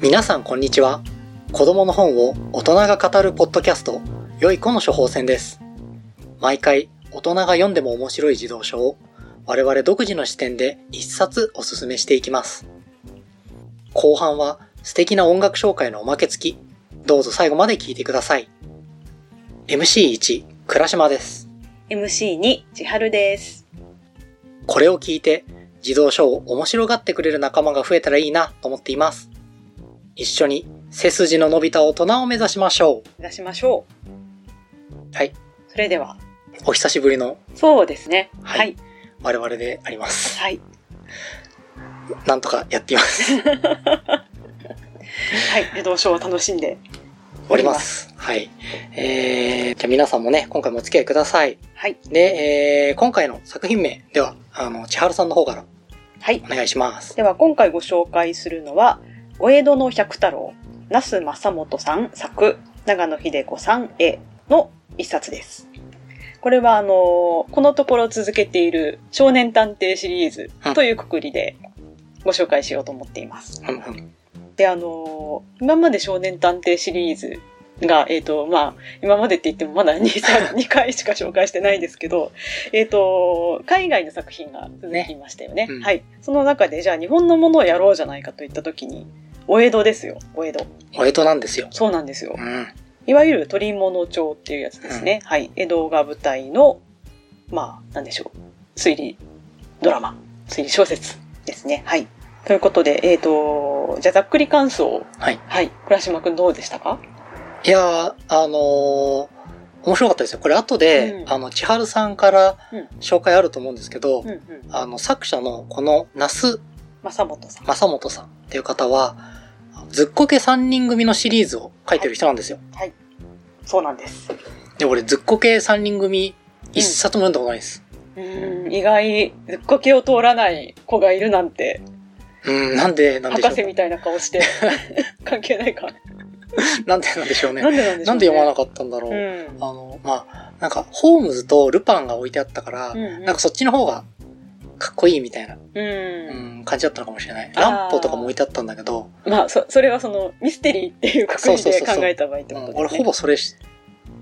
皆さんこんにちは子供の本を大人が語るポッドキャスト良い子の処方箋です毎回大人が読んでも面白い児童書を我々独自の視点で一冊おすすめしていきます後半は素敵な音楽紹介のおまけ付きどうぞ最後まで聞いてください MC1 倉島です MC2 千春です。これを聞いて、自動書を面白がってくれる仲間が増えたらいいなと思っています。一緒に背筋の伸びた大人を目指しましょ出しましょう。はい。う。それでは、お久しぶりのそうですね。ははいい。我々であります。はい。なんとかやってい ます。はい。自動書を楽しんでおりま。す。はい。えー、じゃあ皆さんもね、今回もお付き合いください。はい。で、えー、今回の作品名では、あの、千春さんの方からはいお。願いします。では、今回ご紹介するのは、お江戸の百太郎、那須正元さん作、長野秀子さん絵の一冊です。これは、あのーこのところ続けている少年探偵シリーズというくくりでご紹介しようと思っています。うんうんであのー今まで少年探偵シリーズが、えっ、と、まあ、今までって言ってもまだ 2, 2回しか紹介してないですけど、えっ、と、海外の作品が続きましたよね。ねうんはい。その中で、じゃあ日本のものをやろうじゃないかといった時に、お江戸ですよ、お江戸。お江戸なんですよ。そうなんですよう。ん。いわゆる鳥物帳っていうやつですね。はい。江戸が舞台の、まあ、なんでしょう。推理ドラマ、推理小説ですね。はい。ということで、えっ、と、じゃあざっくり感想をはい。はい。倉島くんどうでしたかいやー、あのー面白かったですよ。これ後で、うんあの、千春さんからうん紹介あると思うんですけど、うんうん。あの、作者のこの那須正本さん。正元さんっていう方は、ずっこけ3人組のシリーズを書いてる人なんですよ。そうなんです。で、俺、ずっこけ3人組、一冊も読んだことないです。うん、意外、ずっこけを通らない子がいるなんて、うん、なんで、なんでしょ博士う。みたいな 顔して、関係ないか。なんでなんでしょうね。なんでなんでしょう、ね、なんで読まなくかったんだろう。うんあの、まあ、なんか、ホームズとルパンが置いてあったから、うんうんなんかそっちの方が、かっこいいみたいな、うんうん、感じだったのかもしれない。あー乱歩とかも置いてあったんだけど、まあそそれはそのミステリーっていうくくそうりそうでそう考そうえた場合ってうんことですね、俺ほぼそれし、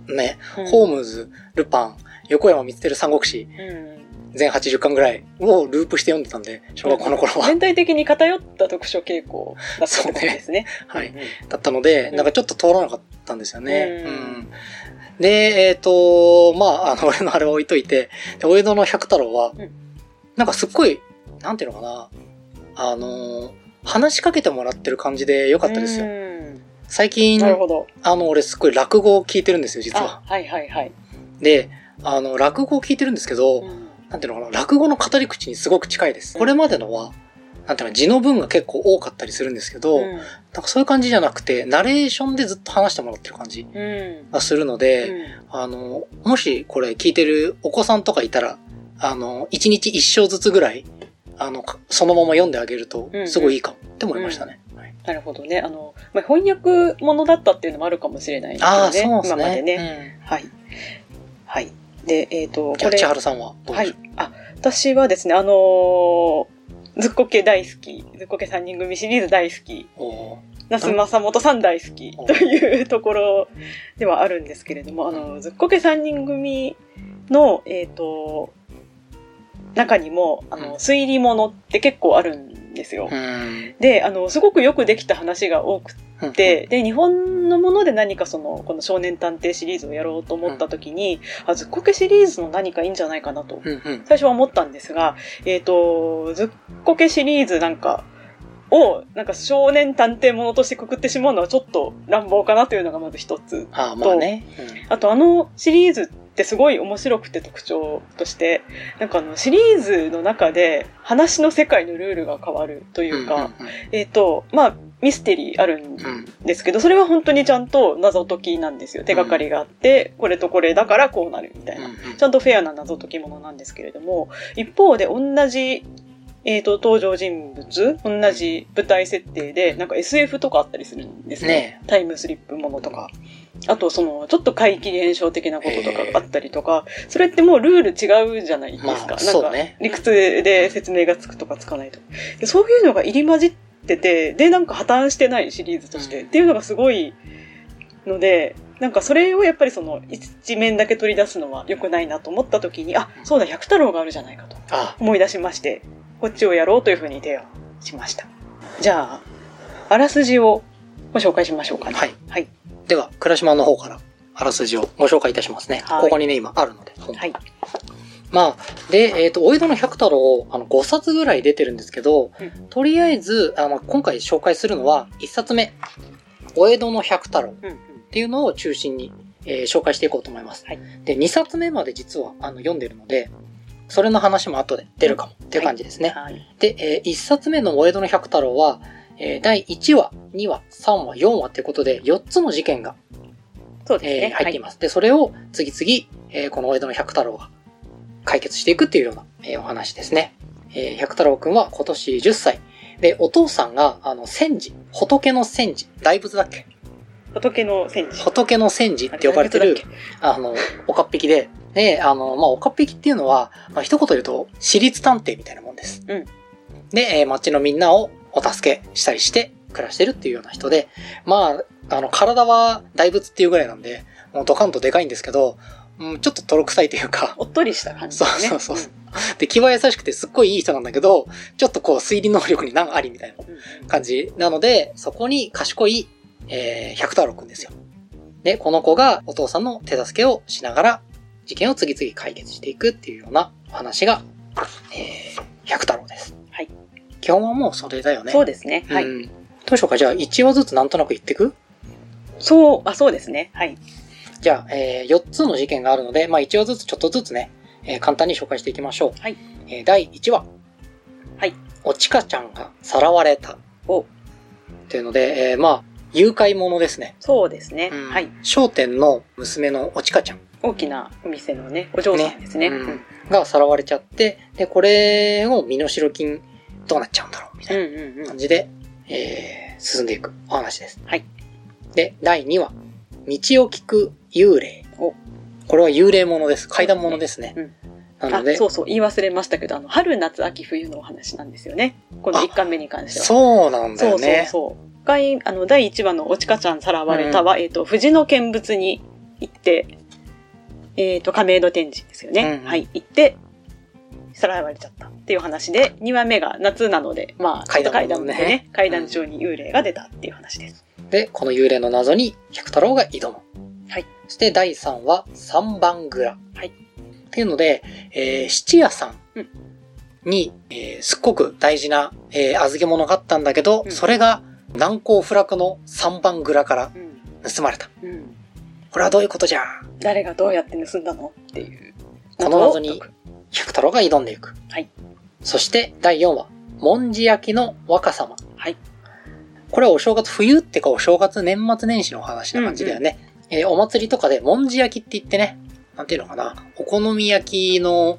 ね、うんホームズ、ルパン、横山光輝三国志、うん全80巻ぐらいをループして読んでたんで、小学校の頃は。全体的に偏った読書傾向だったってことですね はうい。んうんだったので、うんなんかちょっと通らなかったんですよね。ううんん。で、えっ、と、まあ、あの、 俺のあれは置いといて、で、お江戸の百太郎はうん、なんかすっごい、なんていうのかな、あのー、話しかけてもらってる感じで良かったですよ。うん最近、なるほどあの、俺すっごい落語を聞いてるんですよ、実はあ。はいはいはい、で、あの、落語を聞いてるんですけど、うんなんていうのかな、落語の語り口にすごく近いです。これまでのは、なんていうの、字の文が結構多かったりするんですけど、うんなんかそういう感じじゃなくて、ナレーションでずっと話してもらってる感じうんがするので、うんあの、もしこれ聞いてるお子さんとかいたら、あの、一日一章ずつぐらい、あの、かそのまま読んであげるとうんう、んすごいいいかもって思いましたね。はいなるほどね。あの、まあ、翻訳ものだったっていうのもあるかもしれないですあよあ、そね。うです今まね。でね。はい。はい。で、えっ、と、うん。こいやれ千、春さんはどうはでしょい。あ、私はですね、あのーずっこけ大好き、ずっこけ3人組シリーズ大好き、う、おー那須正元さん大好きおというところではあるんですけれども、あの、ずっこけ3人組の、えっ、と、中にも、あうんの、推理物って結構あるんですよ。うん。で、あの、すごくよくできた話が多くてうん、でで日本のもので何かそのこの「少年探偵」シリーズをやろうと思った時に、あずっこけシリーズの何かいいんじゃないかなとうんうん。最初は思ったんですが、えっとずっこけシリーズなんかをなんか少年探偵ものとしてくくってしまうのはちょっと乱暴かなというのがまず一つああ、まあね。うんあとあのシリーズってすごい面白くて特徴としてなんかあのシリーズの中で話の世界のルールが変わるというか、えっ、とまあミステリーあるんうんうんうんですけど、それは本当にちゃんと謎解きなんですよ。手がかりがあって、これとこれだからこうなるみたいな。うんうんちゃんとフェアな謎解きものなんですけれども、一方で同じ、えー、と、登場人物、同じ舞台設定で、なんか SF とかあったりするんですね。ねタイムスリップものとか。あと、その、ちょっと怪奇現象的なこととかがあったりとか、それってもうルール違うじゃないですか。まあなんそうかね、理屈で説明がつくとかつかないとか。でそういうのが入り混じっってて、で、なんか破綻してないシリーズとして、うんっていうのがすごいので、なんかそれをやっぱりその一面だけ取り出すのは良くないなと思った時に、あ、そうだ、百太郎があるじゃないかとあ、思い出しまして、こっちをやろうというふうに提案しました。じゃあ、あらすじをご紹介しましょうかね。はい。はい。では、倉島の方から、あらすじをご紹介いたしますね。はいここにね、今あるので。はい。まあ、で、えっ、と、お江戸の百太郎、あの、5冊ぐらい出てるんですけど、うんとりあえず、あの、今回紹介するのは、1冊目、お江戸の百太郎っうんうん。ていうのを中心に、えー紹介していこうと思います。はいで、2冊目まで実は、あの、読んでるので、それの話も後で出るかも、っていう感じですね。はい。で、え1冊目のお江戸の百太郎は、えー第1話、2話、3話、4話ということで、4つの事件がそうですえーね。入っています。で、それを次々、えーこのお江戸の百太郎が解決していくっていうような、えーお話ですね。えー百太郎くんは今年10歳。で、お父さんが、あの、戦時、仏の戦時、大仏だっけはい。仏の戦地。仏の戦時って呼ばれてる、あの、おかっぴきで、で、あの、まあ、おかっぴきっていうのは、まあ、一言で言うと、私立探偵みたいなもんです。うんで、えー町のみんなをお助けしたりして暮らしてるっていうような人で、まあ、あの、体は大仏っていうぐらいなんで、もうドカンとでかいんですけど、うん、ちょっと泥臭いというか、おっとりした感じですね。そうそうそうで、気は優しくてすっごいいい人なんだけど、ちょっとこう、推理能力に難ありみたいな。うんうん感じなので、そこに賢い、えー、百太郎くんですよ。で、この子がお父さんの手助けをしながら、事件を次々解決していくっていうようなお話が、えー、百太郎です。はい。基本はもうそれだよね。そうでですね。はい。ん、どうしようか。じゃあ、1話ずつなんとなく言ってくそう、あ、そうですね。はい。じゃあ、え4つの事件があるので、まあ、1話ずつちょっとずつね、えー簡単に紹介していきましょう。はい。えー第1話。はい。おちかちゃんがさらわれた。おというので、えーまあ、誘拐者ですね。そうですね。うんはい。商店の娘のおちかちゃん、大きなお店のね、お嬢さんですね。うんがさらわれちゃって、で、これを身代金どうなっちゃうんだろうみたういんなうんうん感じで、えー進んでいくお話です。はい。で、第2話、道を聞く幽霊。おこれは幽霊ものです。怪談ものですね。うんなのであ、そうそう、言い忘れましたけど、あの、春、夏、秋、冬のお話なんですよね。この1巻目に関しては。そうなんだよね。そうそうそう。一回、あの、第1話のおちかちゃんさらわれたは、えっ、と、藤の見物に行って、えっ、と、亀戸天神ですよね。うんうんはい、行って、さらわれちゃったっていう話で、2話目が夏なので、まあ、階段階も段ねでね、階段上に幽霊が出たっていう話です。で、この幽霊の謎に百太郎が挑む。はい。そして第3話、三番蔵。はいっていうので、えー七夜さんうんに、えーすっごく大事な、えー預け物があったんだけど、うんそれが難攻不落の三番蔵からうん。盗まれた。うん。これはどういうことじゃ誰がどうやって盗んだのっていう。この謎に百太郎が挑んでいく。はいそして第4話、文字焼きの若様。はい。これはお正月、冬ってかお正月年末年始の話な感じだよね。えーお祭りとかで、もんじ焼きって言ってね、なんていうのかな、お好み焼きの、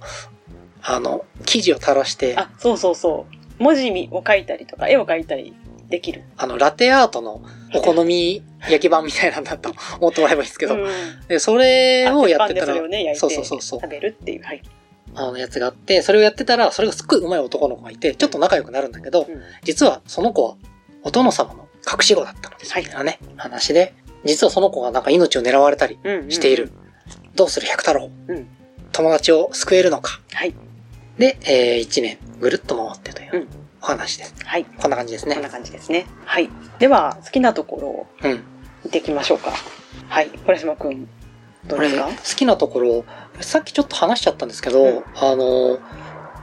あの、生地を垂らして、ああ、そうそうそう。文字を書いたりとか、絵を描いたりできる。の、ラテアートのお好み焼き版みたいなんだと思ってもらえばいいですけど、うんでそれをやって鉄た板でそられを、ね、焼いそうてそうそうそう食べるっていう。はい。あのやつがあって、それをやってたら、それがすっごい上手い男の子がいて、ちょっと仲良くなるんだけど、うん実はその子はお殿様の隠し子だったのです、はいみたいなね、話で、実はその子がなんか命を狙われたり、うんうんうんしている。。どうする百太郎、うん友達を救えるのか。はい。で、え1年ぐるっと回ってといううんお話です。はい。こんな感じですこんなね。感じですね。はい。では、好きなところをうん。見ていきましょうか。はい。倉島くん、どう俺です好かきなところ、さっきちょっと話しちゃったんですけど、うんあの、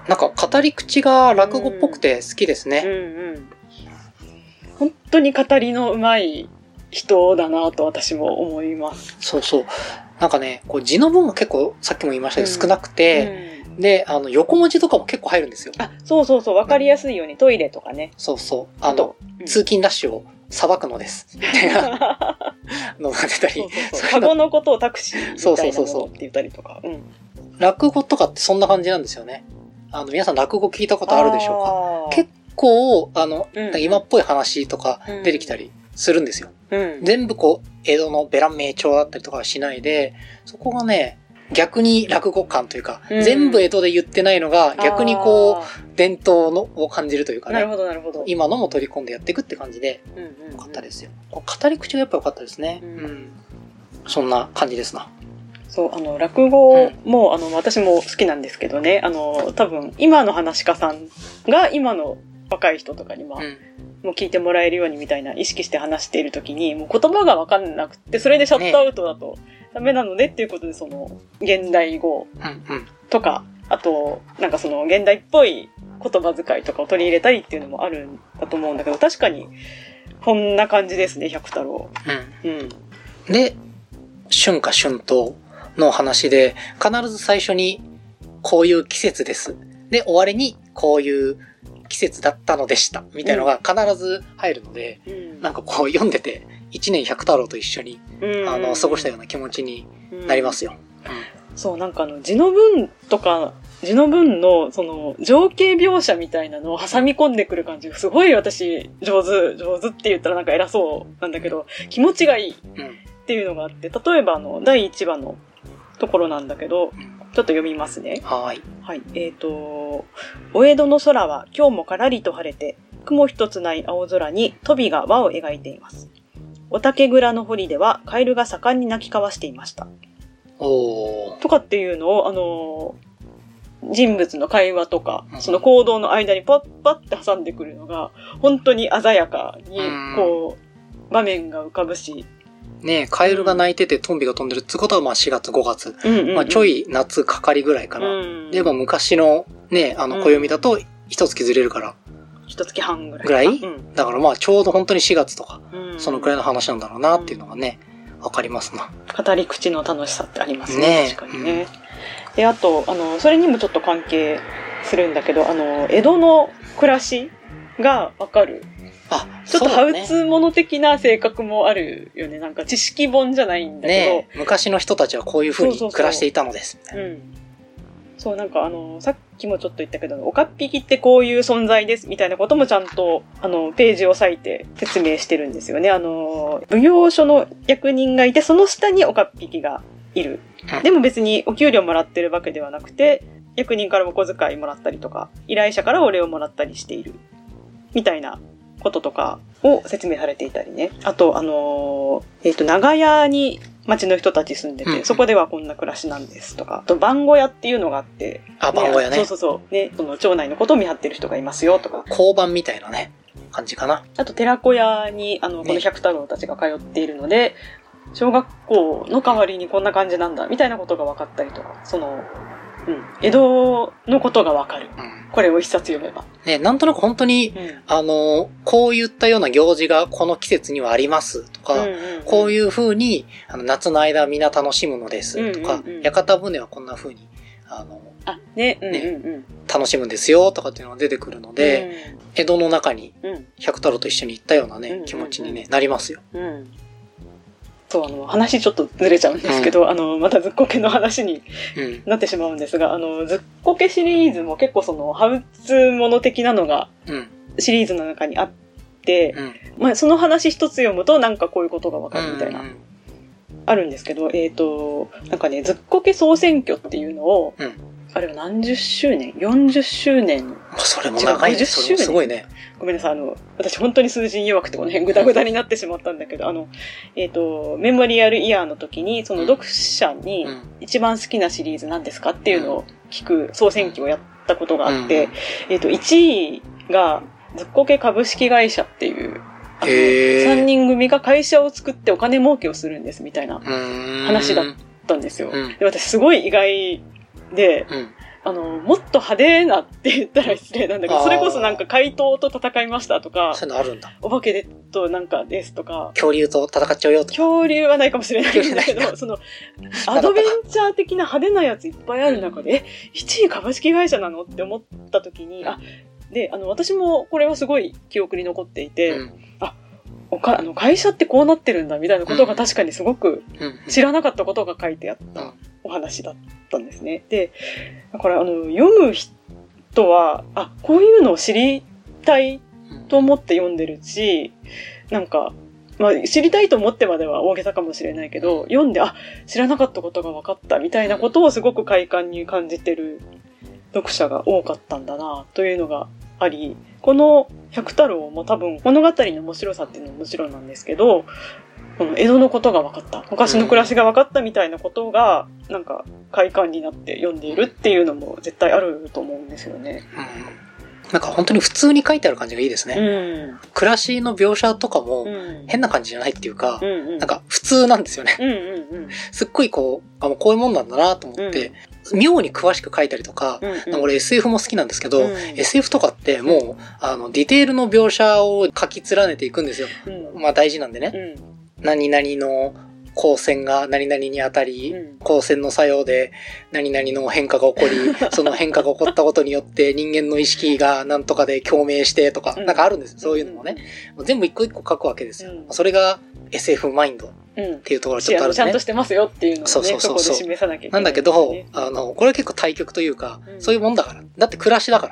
なんか語り口が落語っぽくて好きですうんね。うん。本当に語りのうまい人だなと私も思います。そうそう。なんかね、こう字の文が結構さっきも言いましたけどうん少なくて、うんで、あの横文字とかも結構入るんですよ。あ、そうそうそう。わかりやすいようにトイレとかね。そうそう。ああのと、、うん通勤ラッシュを裁くのです。みたいなのが出た そうり。そう そそいうう。うのカゴのことをタクシーみそうたそういなそもうそうのって言ったりとか。うん。落語とかってそんな感じなんですよね。あの、皆さん落語聞いたことあるでしょうかう結構、あの、うんなんか今っぽい話とかうん出てきたりするんですよ。構、うん、全部こう、江戸のベラン名調だったりとかはしないで、そこがね、逆に落語感というか、うん全部江戸で言ってないのが逆にこうう伝統のを感じるというかなるねほどなるほど今のも取り込んでやっていくって感じでうんうんうん良かったですよ、こう語り口がやっぱ良かったですね、ううんんそんな感じですなそうあの落語うんも、あの私も好きなんですけどねあの多分今の話し家さんが今の若い人とかにも,、うんもう聞いてもらえるようにみたいな意識して話している時にもう言葉が分かんなくってそれでシャットアウトだとダメなのでっていうことでその現代語うんうんとかあとなんかその現代っぽい言葉遣いとかを取り入れたりっていうのもあるんだと思うんだけど確かにこんな感じですね百太郎。うんうんで春夏春冬の話で必ず最初にこういう季節ですで終わりにこういう季節だったのでしたみたいのが必ず入るので、なんかこう読んでて一年百太郎と一緒にあの過ごしたような気持ちにうなりますすよ。そう、なんかあの、字の文とか、字の文の、その、情景描写みたいなのを挟み込んでくる感じ、すごい私、上手、上手って言ったらなんか偉そうなんだけど、気持ちがいいっうんうんていうのがあって、例えばあの、第1話のところなんだけど、うんちょっと読みますね。はーい。はい、えっ、と、お江戸の空は今日もからりと晴れて、雲一つない青空にトビが輪を描いています。お竹蔵の堀ではカエルが盛んに鳴き交わしていました。おーとかっていうのを、あのー人物の会話とかう、んその行動の間にパッパッて挟んでくるのが、本当に鮮やかにうん、こう、場面が浮かぶし、ねえカエルが鳴いててトンビが飛んでるってことはまあ4月5月、うんうんうんまあ、ちょい夏かかりぐらいかな。うんでも昔のねあうんの暦だと一月ずれるから一月半ぐらいぐらいかなだからまあちょうど本当に4月とかうんうんそのくらいの話なんだろうなっていうのがねわかりますな。語り口の楽しさってありますねねえ確かにね。であとあのそれにもちょっと関係するんだけどあの江戸の暮らしがわかるあちょっとハそうウだねツーもの的な性格もあるよねなんか知識本じゃないんだけねえ昔の人たちはこういう風に暮らしていたのですみたど、いなうん、そうなんかあのさっきもちょっと言ったけどおかっぴきってこういう存在ですみたいなこともちゃんとあのページを割いて説明してるんですよねあの奉行所の役人がいてその下におかっぴきがいるうんでも別にお給料もらってるわけではなくて、役人からも小遣いもらったりとか、依頼者からお礼をもらったりしている。みたいなこととかを説明されていたりね。あと、あのーえっ、と、長屋に町の人たち住んでて、うんそこではこんな暮らしなんですとか、あと、番小屋っていうのがあって、あ番号やそうねそうそう。ね、その町内のことを見張ってる人がいますよとか。交番みたいなね感じかな。あと、寺子屋に、あの、このね百太郎たちが通っているので、小学校の代わりにこんな感じなんだ、みたいなことが分かったりとか、その、うん、江戸のことが分かる。うんこれを一冊読めば。ね、なんとなく本当に、あの、こういったような行事がこの季節にはありますとか、こういいう風に、あの夏の間みんな楽しむのですとか、うんうんうん屋形船はこんな風に、あの、うん。あ、ね、うんうんうん。楽しむんですよとかっていうのが出てくるので、江戸の中にうん、うん、百太郎と一緒に行ったようなうんうんうねん、気持ちにね、なりますよ。うん。そう、あの、話ちょっとずれちゃうんですけど、あの、またずっこけの話にうん。なってしまうんですが、あの、ずっこけシリーズも結構その、ハウツーもの的なのがうん。シリーズの中にあって、うん。まあ、その話一つ読むとなんかこういうことがわかうるんみたいな、あるんですけど、えっ、と、なんかね、ずっこけ総選挙っていうのを、うんあれは何十周年 ?40 周年それも長い違う50ね。それもすごいね。ごめんなさい、あの、私本当に数字に弱くてこの辺グダグダになってしまったんだけど、あの、えっ、と、メモリアルイヤーの時に、その読者にうん。一番好きなシリーズ何ですかっていうのを聞く総選挙をやったことがあって、うんえっ、と、1位が、ずっこけ株式会社っていう、あのへー3人組が会社を作ってお金儲けをするんですみたいな、だうーん話だうん。ったんですよ。うんで、私すごい意外で、あの、もっと派手なって言ったら失礼なんだけど、あーそれこそなんか怪盗と戦いましたとか、そういうのあるんだ。お化けでとなんかですとか、恐竜と戦っちゃうよとか。恐竜はないかもしれないんだけ恐竜ないど、その、アドベンチャー的な派手なやついっぱいある中で、え、1位株式会社なのって思った時に、あ、で、あの、私もこれはすごい記憶に残っていて、うんおかあの会社ってこうなってるんだみたいなことが確かにすごくうん知らなかったことが書いてあったお話だったんですね。で、だからあの、読む人は、あ、こういうのを知りたいと思って読んでるし、なんか、まあ、知りたいと思ってまでは大げさかもしれないけど、読んで、あ、知らなかったことが分かったみたいなことをすごく快感に感じてる読者が多かったんだな、というのがあり、この百太郎も多分物語の面白さっていうのはもちろんなんですけど、この江戸のことが分かった、昔の暮らしが分かったみたいなことが、なんか快感になって読んでいるっていうのも絶対あると思うんですよね。うんなんか本当に普通に書いてある感じがいいですね。うん。暮らしの描写とかもうん。変な感じじゃないっていうか、うんうん。なん、か普通なんですよね。 うんうんうん。すっごいこう、あ、もうこういうもんなんだなと思って、妙に詳しく書いたりとか、うんうん、俺 SF も好きなんですけど、うん SF とかってもう、あの、ディテールの描写を書き連ねていくんですよ。うんまあ大事なんでね。うん何々の光線が何々に当たり、うん光線の作用で何々の変化が起こり、 その変化が起こったことによって人間の意識が何とかで共鳴してとか、うんなんかあるんですよ。そういうのもね。。もう全部一個一個書くわけですよ。うんそれが SF マインドっうん。ていうところがちちょっとあるんちでゃんねと。してますよっていうのをね、そうそうそうそうここで示さなきゃいけな、ないんだけど、あの、これは結構対極というか、うんそういうもんだから。だって暮らしだか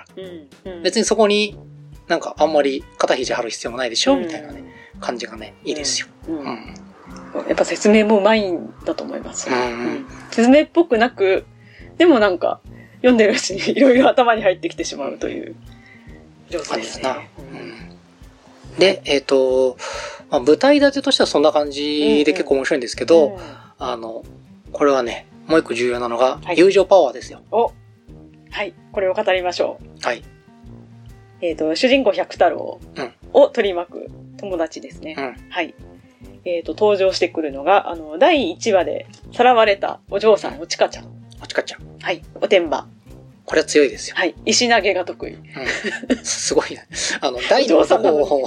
ら。別ににそこになんかあんまり肩肘張る必要もないでしょ、みたいなね、。感じがね、いいですよ。うんう。うんんやっぱ説明もうまいんだと思います。うん説明っぽくなく、でもなんか、読んでるうちにいろいろ頭に入ってきてしまうという、上手感じでですすなね。。うんで、えっ、と、まあ、舞台立てとしてはそんな感じで結構面白いんですけど、うんあの、これはね、もう一個重要なのが、はい友情パワーですよ。おはい、これを語りましょう。はい。えっ、と、主人公百太郎うんを取り巻く友達ですね。うんはい。えっ、と、登場してくるのが、あの、第1話でさらわれたお嬢さん、おちかちゃん。あちかちゃん。はい。おてんば。これは強いですよ。はい。石投げが得意。うん、すごいね。あの、大の男を、あ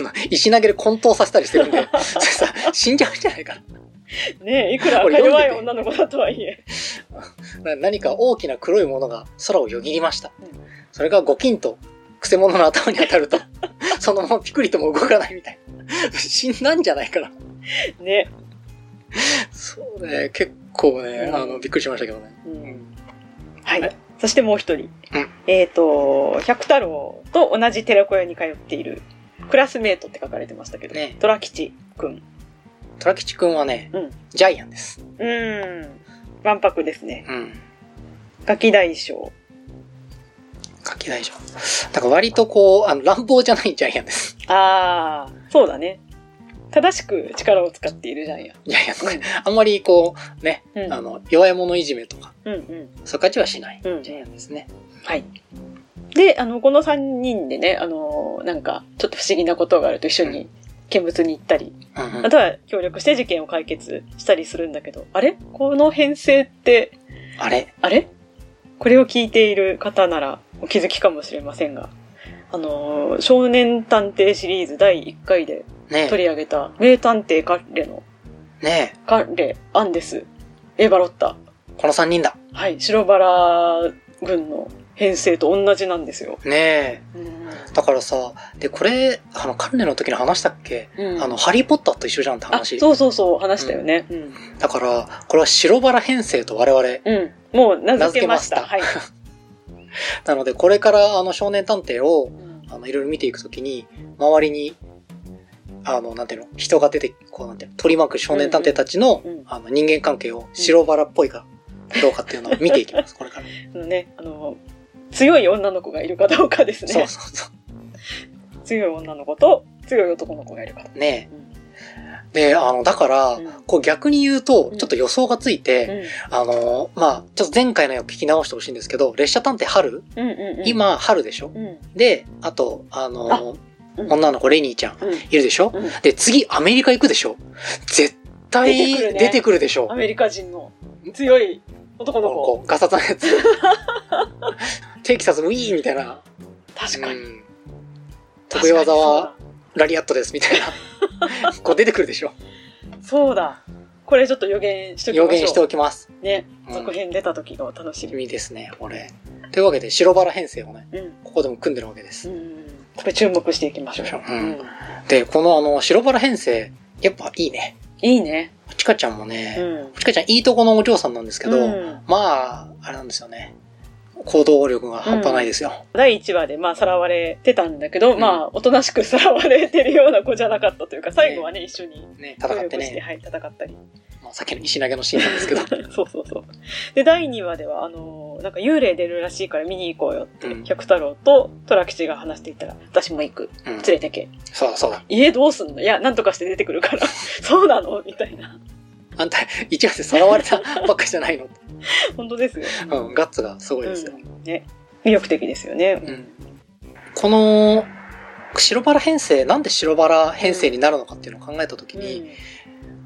の、石投げで混沌させたりしてるんで、それさ、死んじゃうんじゃないかねえ、いくらか俺読ん弱でいて女の子だとはいえ。な。な何か大きな黒いものが空をよぎりましたうん。それがゴキンと、くせ者の頭に当たると、そのままピクリとも動かないみたいな。死んだんじゃないかな。ね。そうね、結構ね、うんあの、びっくりしましたけどね。うん。はは。いそしてもう一人。うんえっ、と、百太郎と同じ寺子屋に通っている、クラスメートって書かれてましたけど、ね虎吉くん。虎吉くんはね、うんジャイアンです。うーん。万博ですね。うん。ガキ大将。書き大丈夫。だから割とこう、あの、乱暴じゃないジャイアンです。ああ、そうだね。正しく力を使っているじゃんや。ジャイアンこれ。あんまりこう、ね、うん、うん、あの、弱い者いじめとか、うん、うん。そういう感じはしない。うんジャイアンですね。はい。で、あの、この3人でね、あの、なんか、ちょっと不思議なことがあると一緒に見物に行ったり、うんうんあとは協力して事件を解決したりするんだけど、あれこの編成って、あれあれこれを聞いている方ならお気づきかもしれませんが、あの、少年探偵シリーズ第1回でね取り上げた名探偵カッレのえ、ねカッレ・アンデス・エバロッタ。え、この3人だ。はい、白バラ軍の編成と同じなんですよ。ねうんえ。だからさ、で、これ、あの、関連の時に話したっけ、うんあの、ハリーポッターと一緒じゃんってあ、話。そうそうそう、話したよね。うん。だから、これは白バラ編成と我々、うん。もう名付けました。名付はい。なので、これから、あの、少年探偵を、うんあの、いろいろ見ていくときに、周りに、あの、なんていうの、人が出て、こう、なんていうの、取り巻く少年探偵たちの、うんうんうんあの、人間関係を白バラっぽいか、どうかっていうのを見ていきます、これから。あのね、あの、強い女の子がいるかどうかですそねう。そうそ強い女の子と強い男の子がいるか。う。ねうんえ。で、あの、だから、うんこう逆に言うと、ちょっと予想がついて、うあの、まあ、ちょっと前回のを聞き直してほしいんですけど、列車探偵春、ん。うん。うん、今、春でしょうん。うん。で、あと、あの、うん女の子レニーちゃん、いるでしょうんで、次、アメリカ行くでしょ絶対出てくるね出てくるでしょアメリカ人の強い男の子。こうガサツなや つテキサスウィーンみたいな、確かうに。ん得意技は確かラリアットですみたい なこう出てくるでしょにそうだ。そうだ。これちょっと予言しときましょ予う。言しておきますね、うん続編出た時がお楽しみ。君ですねこれというわけで白バラ編成をねうん。ここでも組んでるわけです、うん。これ注目していきましょう。うんでこのあの白バラ編成やっぱいいねいいね。ちかちゃんもうね、ん。ちかちゃんいいとこのお嬢さんなんですけど、うんまああれなんですよね行動力が半端ないですよ。第1話でまあさらわれてたんだけど、うんまあおとなしくさらわれてるような子じゃなかったというか最後はね一緒にね、戦って協力して、ね、はい、戦ったり まあ、さっきの石投げのシーンなんですけど、そうそうそうで第2話ではあのーなんか幽霊出るらしいから見に行こうよって、うん百太郎と虎吉が話していたら「私も行くうん、連れてけ」そうだそうだ。 「家どうすんのいやなんとかして出てくるから」 「そうなの?」みたいなあんた、一話でさらわれたばっかじゃないの。本当ですよ、うん、ガッツがすごいですよ。うんね、魅力的ですよね、うんこの、白バラ編成、なんで白バラ編成になるのかっていうのを考えたときに、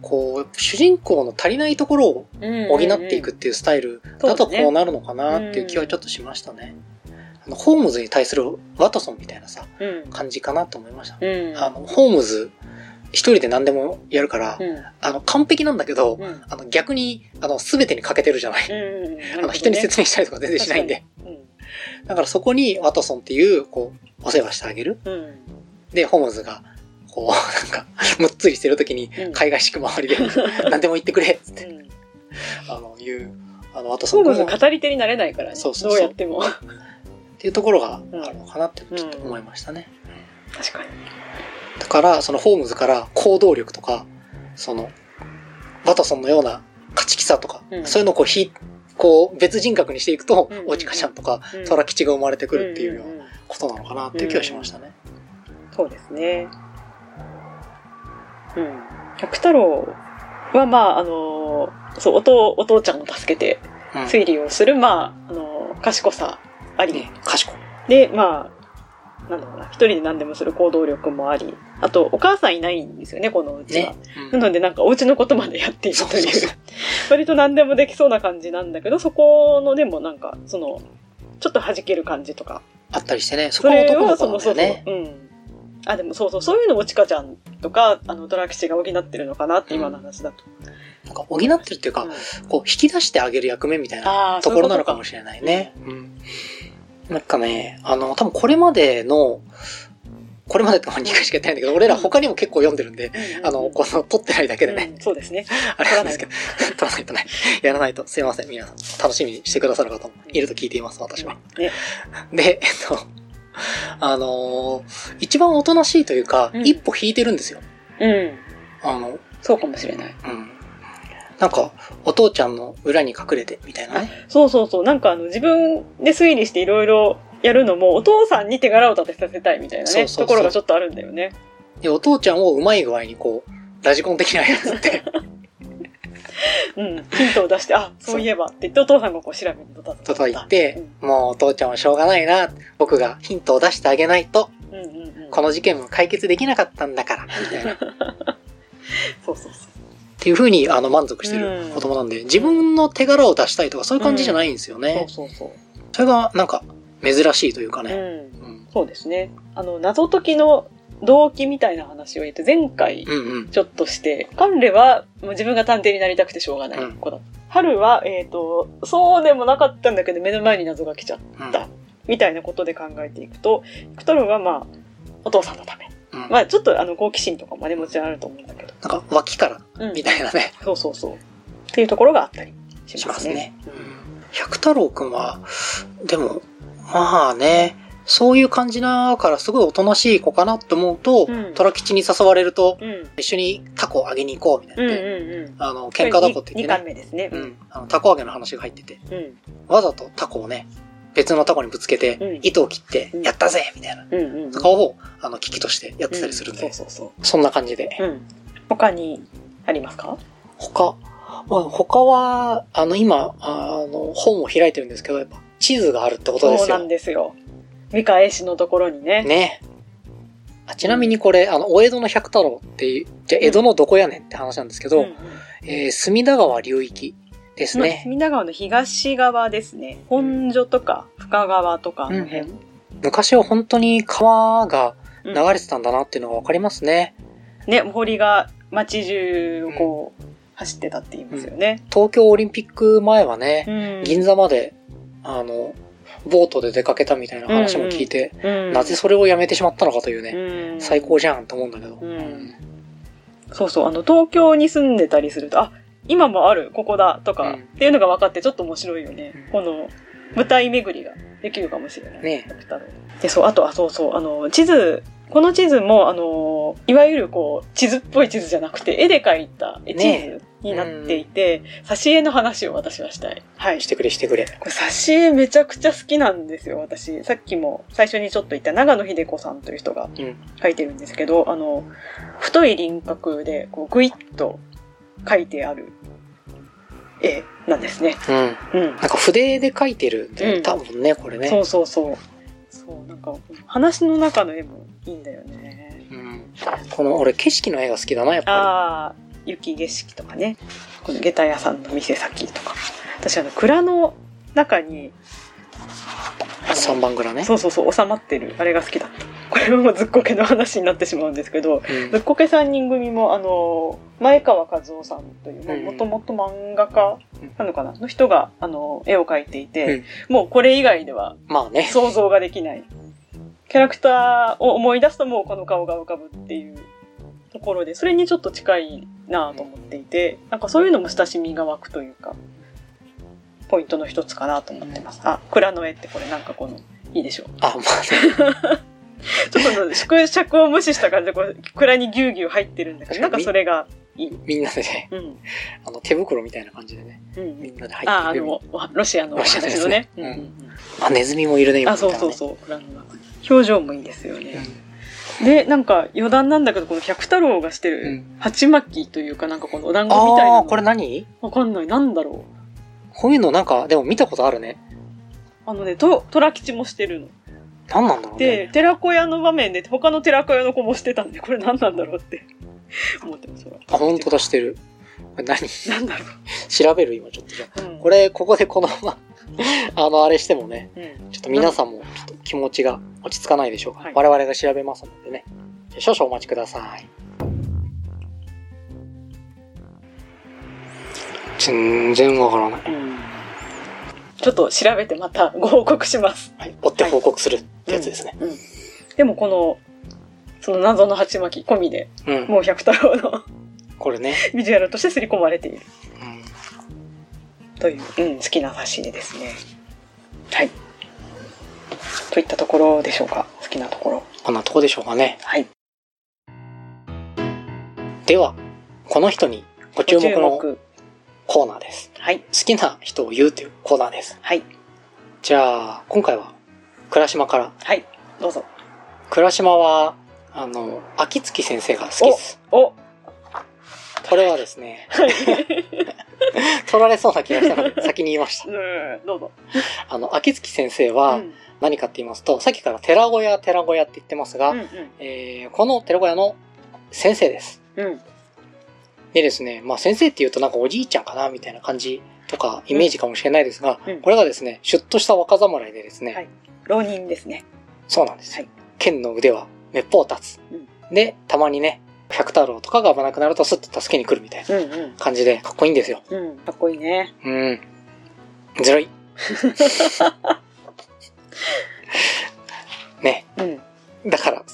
こう、主人公の足りないところを補っていくっていうスタイルだとこうなるのかなっていう気はちょっとしましたね。あのホームズに対するワトソンみたいなさ、うんうん感じかなと思いました。うんあの、ホームズ、一人で何でもやるから、うんあの、完璧なんだけど、うんあの、逆に、あの、すべてに欠けてるじゃない。うんあの、人に説明したりとか全然 しないんで。うんだからそこにワトソンっていう、こう、お世話してあげる。うんで、ホームズが、こう、なんか、 むっつりしてる時にうん、海外しく周り で、何でも言ってくれっつって、うんあの、いう、あの、ワトソホンーム君ズも語り手になれないからねそうそうどそううやってもっていうところがうんあるのかなってちょっと思いましたね。確かにだから、そのホームズから行動力とか、その、ワトソンのような勝ち気さとか、うんそういうのをこう、ひ、こう、別人格にしていくとうんうんう、んおちかちゃんとかうん、虎吉が生まれてくるっていうようんなんんことなのかなっていう気がしましたね。そうですねうん百太郎はまああのそうお父お父ちゃんを助けてうん。推理をする、まああの賢さあり、ね賢い。でまあなんだろうな一人で何でもする行動力もありあとお母さんいないんですよねこのうちは、ね。うんなのでなんかお家のことまでやっているというそうそうそ割と何でもできそうな感じなんだけどそこのでもなんかそのちょっと弾ける感じとかあったりしてね。そそこはれ男のは子そなんもだよそも、ね。うん、あでもそうそうそういうのをちかちゃんとかあのドラキシが補ってるのかなって今の話だと、なんか補ってるっていうか、うんこう引き出してあげる役目みたいなああところなのかもししれないね。うんなんかね、あの、多分これまでの、これまでって2回しかやってないんだけど、俺ら他にも結構読んでるんで、れない、うんうんあの、この、撮ってないだけでね、うんそうですねあれなんですけど、 撮らないとね、やらないと、すいません、皆さん、楽しみにしてくださる方もいると聞いています、私は。ねで、えっと、あのー一番おとなしいというか、うん一歩引いてるんですよ。うんあの、そうかもしれないうん。なんか、お父ちゃんの裏に隠れて、みたいなね。そうそうそうなんかあの自分で推理していろいろやるのもお父さんに手柄を立てさせたいみたいなねそうそうそうところがちょっとあるんだよねで、お父ちゃんをうまい具合にこう、ラジコン的なやつ って、うん、ヒントを出して、あ、そういえばって言ってお父さんがこう調べにとたと叩いて、もうお父ちゃんはしょうがないな、僕がヒントを出してあげないと、うんうんうん。この事件も解決できなかったんだから、みたいな。っそうそうそう。ていう風に、あの、満足してる子供なんで、自分の手柄を出したいとか、そういう感じじゃないんですよね。そうそうそれが、なんか、珍しいというかそね。う。うん。うん。そうですね。あの、謎解きの動機みたいな話を言って、前回うんうん。ちょっとして、彼レはもう自分が探偵になりたくてしょうがないうん子だ。春は、えっ、と、そうでもなかったんだけど、目の前に謎が来ちゃう。うんだみたいなことで考えていくと、クトルはまあ、お父さんのため。うんまあ、ちょっとあの、好奇心とかもね、もちろんあると思うんだけど。なんか、脇から、うんみたいなね、そうそうそう。っていうところがあったりししまますすねね。。百太郎くんは、でも、まあね、そういう感じだからすごいおとなしい子かなと思うと、うん虎吉に誘われると、うん。一緒にタコをあげに行こうみたいうんなうんね、うん。あの、喧嘩だこって言二って巻ね、目ですね。うん、あのタコあげの話が入ってて、うん。わざとタコをね、別のタコにぶつけて、うん糸を切ってう、んやったぜみたいな、うんうんうん。顔を、あの、危機としてやってたりするんで、うんそうそうそんな感じで。そう。うん。他にありますか他、まあ、他は、あの、今、あの、本を開いてるんですけど、やっぱ、地図があるってことですよ。そうなんですよ。三河絵師のところにね。ね。あちなみにこれ、あの、お江戸の百太郎っていう、じゃあ江戸のどこやねんって話なんですけうど、んうんえー隅田川流域ですまあね。隅田川の東側ですね。本所とか深川とかあの辺。うん昔は本当に川がう流んれてたんだなっていうのがわかりますね。ね、堀が町中をこう走ってたって言いますよね。東京オリンピック前はうね、ん銀座まで、あの、ボートで出かけたみたいな話も聞いて、うんなぜそれをやめてしまったのかというね、うん最高じゃんと思うんだけど。うんそうそう、あの、東京に住んでたりすると、あ、今もある、ここだ、とか、うんっていうのが分かって、ちょっと面白いよね。うんこの、舞台巡りができるかもしれない。ね百太郎で、そう、あと、あ、そうそう、あの、地図、この地図も、あの、いわゆるこう、地図っぽい地図じゃなくて、絵で描いた絵地ね図になっていて、挿絵の話を私はしたい。はい。してくれしてくれ。これ挿絵めちゃくちゃ好きなんですよ、私。さっきも最初にちょっと言った長野秀子さんという人がうん書いてるんですけど、あの、太い輪郭で、こう、ぐいっと書いてある絵なんですね。うん。なんうん。か筆で描いてるんだよ、うん多分ね、これね。そうそうそう。そう、なんか、話の中の絵もいいんだよね。うん。この、俺、景色の絵が好きだな、やっぱああ、雪景色とかね。この下駄屋さんの店先とか。私、あの、蔵の中に、あり。の3番蔵ね。そうそうそう、収まってる。あれが好きだった。これもずっこけの話になってしまうんですけうど、んずっこけ3人組も、あの、前川和夫さんという、まあうんもともと漫画家なのかなの人が、あの、絵を描いていて、もうこれ以外ではまあね。想像ができない。キャラクターを思い出すともうこの顔が浮かぶっていうところで、それにちょっと近いなぁと思っていて、なんかそういうのも親しみが湧くというか、ポイントの一つかなと思ってます。あ、蔵の絵ってこれなんかこの、いいでしょう。あ、まあね。 ちょっとあの縮尺を無視した感じで、こう蔵にぎゅうぎゅう入ってるんだけど、なんかそれがいい。みんなでね、うん。あの、手袋みたいな感じでね、うみんん。なで入あ、っあてる。の、おロシアのおロシアで話すのねね。うんうんうんあ、ネズミもいるね、うん今あ、見たそうらね。そうそう。蔵の中に表情もいいですよね。うん。で、なんか余談なんだけど、この百太郎がしてうるん、鉢巻きというか、なんかこのお団子みたいあなあ、これの。何わかんない。なんだろう。こういうのなんか、でも見たことあるね。あのね、と、虎吉もしてるの。何なんだろうね。で、寺子屋の場面で、他の寺子屋の子もしてたんで、これ何なんだろうって思ってます。ほらあ、本当だ、してる。これ何なんだろ調べる今ちょっとじゃあう。うん、これ、ここでこのまま、あの、あれしてもね、うん、ちょっと皆さんもちょっと気持ちが落ち着かないでしょうか。はい我々が調べますのでね。じゃあ少々お待ちください。全然わからない。うんちょっと調べてまたご報告します。はい、追って報告するってやつですね。うん。うんでもこの、その謎の鉢巻き込みで、うん。もう百太郎のこれね。ビジュアルとして刷り込まれている。うんという、うん、好きな挿絵ですね。はい。といったところでしょうか。好きなところ。こんなとこでしょうかね。はい。では、この人にご注目のコーナーです。はい。好きな人を言うというコーナーです。はい。じゃあ、今回は、倉島から。はい。どうぞ。倉島は、あの、秋月先生が好きです。おこれはですね、取られそうな気がしたので、先に言いました。うん、どうぞ。あの、秋月先生はうん、何かって言いますと、さっきから寺小屋、寺小屋って言ってますが、うん、えーこの寺小屋の先生です。うん。うん。でですね、まあ先生って言うとなんかおじいちゃんかなみたいな感じとかイメージかもしれないですが、うんこれがですね、シュッとした若侍でですね、はい浪人ですね。そうなんです、はい剣の腕はめっぽう立つ。で、たまにね、百太郎とかが危なくなるとスッと助けに来るみたいなうん、うん。感じでかっこいいんですよ。うん、かっこいいね。うん。ずるい。 ね、うん。だから。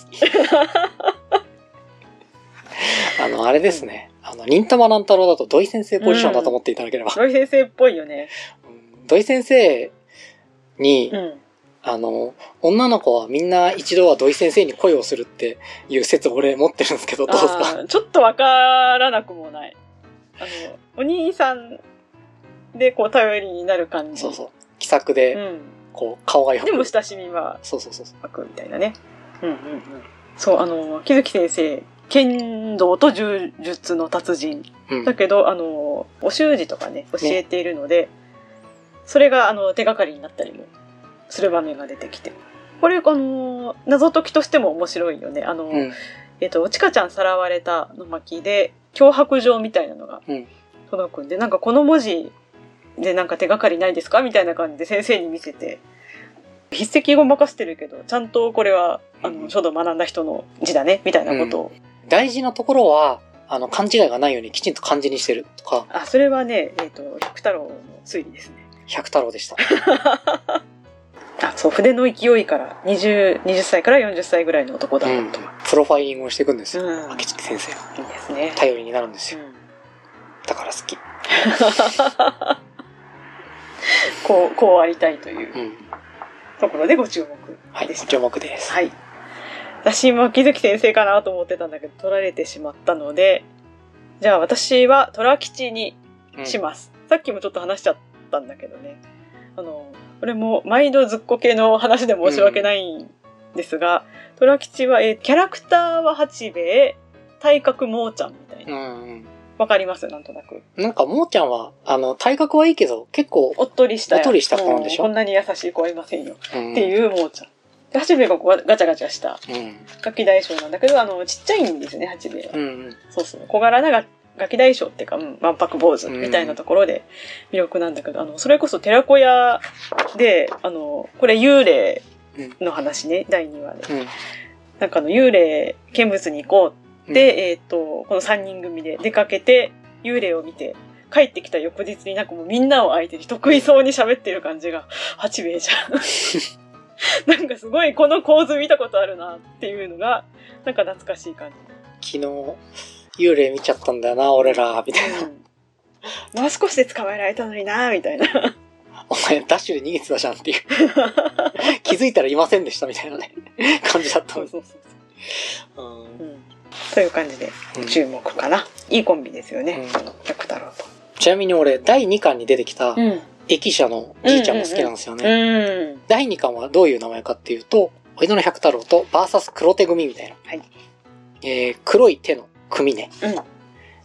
あの、あれですね。あの、忍たま乱太郎だと土井先生ポジションだと思っていただければ。土井先生っぽいよね。うん土井先生に、うん。あの、女の子はみんな一度は土井先生に恋をするっていう説俺持ってるんですけど、どうですかあーちょっとわからなくもない。あの、お兄さんでこう頼りになる感じ。そうそう。気さくで、うん。こう、顔がよく。でも親しみはそうそうそうそう。書くみたいなね。うんうんうん。そう、あの、木月先生、剣道と柔術の達人。うんだ。けど、あの、お習字とかね、教えているので、それが、あの、手がかりになったりもする場面が出てきて。これ、あの、謎解きとしても面白いよね。あの、うん。えっと、ちかちゃんさらわれたの巻で、脅迫状みたいなのがうん届くんで、なんかこの文字でなんか手がかりないですかみたいな感じで先生に見せて、筆跡を任せてるけど、ちゃんとこれは、あうの、ん書道学んだ人の字だね、みたいなことを。大事なところは、あの、勘違いがないようにきちんと漢字にしてるとか、あ、それはね、えっ、と、百太郎の推理ですね。百太郎でした。あ、そう、筆の勢いから、20、20歳から40歳ぐらいの男だうんと。。プロファイリングをしていくんですよ。うん。い秋月先生がいですね。頼りになるんですよ。うんだから好き。。こう、こうありたいといううんところでご注は目い、でしごた。注目です。はい。私も木月先生かなと思ってたんだけど、取られてしまったので、じゃあ私は虎吉にうんします。さっきもちょっと話しちゃったんだけどね。あの、これも毎度ずっこけの話で申し訳ないんですが、虎吉は、えーキャラクターは八兵衛、体格もうちゃんみたいな。うんうん。わかりますなんとなく。なんか、もーちゃんは、あの、体格はいいけど、結構、おっとりした。おっとりした子なんでしょもうこんなに優しい子はいませんよ。うんっていうもうちゃん。で、八兵衛がこうガチャガチャしたうん。ガキ大将なんだけど、あの、ちっちゃいんですね、八兵衛は。うんうん。そうそう。小柄ながガキ大将っていうか、うん、万博坊主みたいなところで魅力なんだけど、あの、それこそ寺子屋で、あの、これ幽霊の話ね、第2話で。うん。なんかあの、幽霊見物に行こうって、えっ、と、この3人組で出かけて、幽霊を見て、帰ってきた翌日になんかもうみんなを相手に得意そうに喋ってる感じが、八兵衛じ ゃん。なんかすごいこの構図見たことあるなっていうのが、なんか懐かしい感じ。昨日、幽霊見ちゃったんだよな、俺ら、みたいな。うんもう少しで捕まえられたのになみたいなお前、ダッシュで逃げてたじゃんっていう。 気づいたらいませんでした、みたいなね、感じだったそんうです。そうそううん。うんそう、うん、という感じで注目かな、いいコンビですよねうん百太郎とちなみに俺、第2巻に出てきた、ん駅舎のじいちゃんが好きなんですよね。うん第2巻はどういう名前かっていうと、お江戸の百太郎とバーサス黒手組みたいな。はいえー黒い手の組ね。うん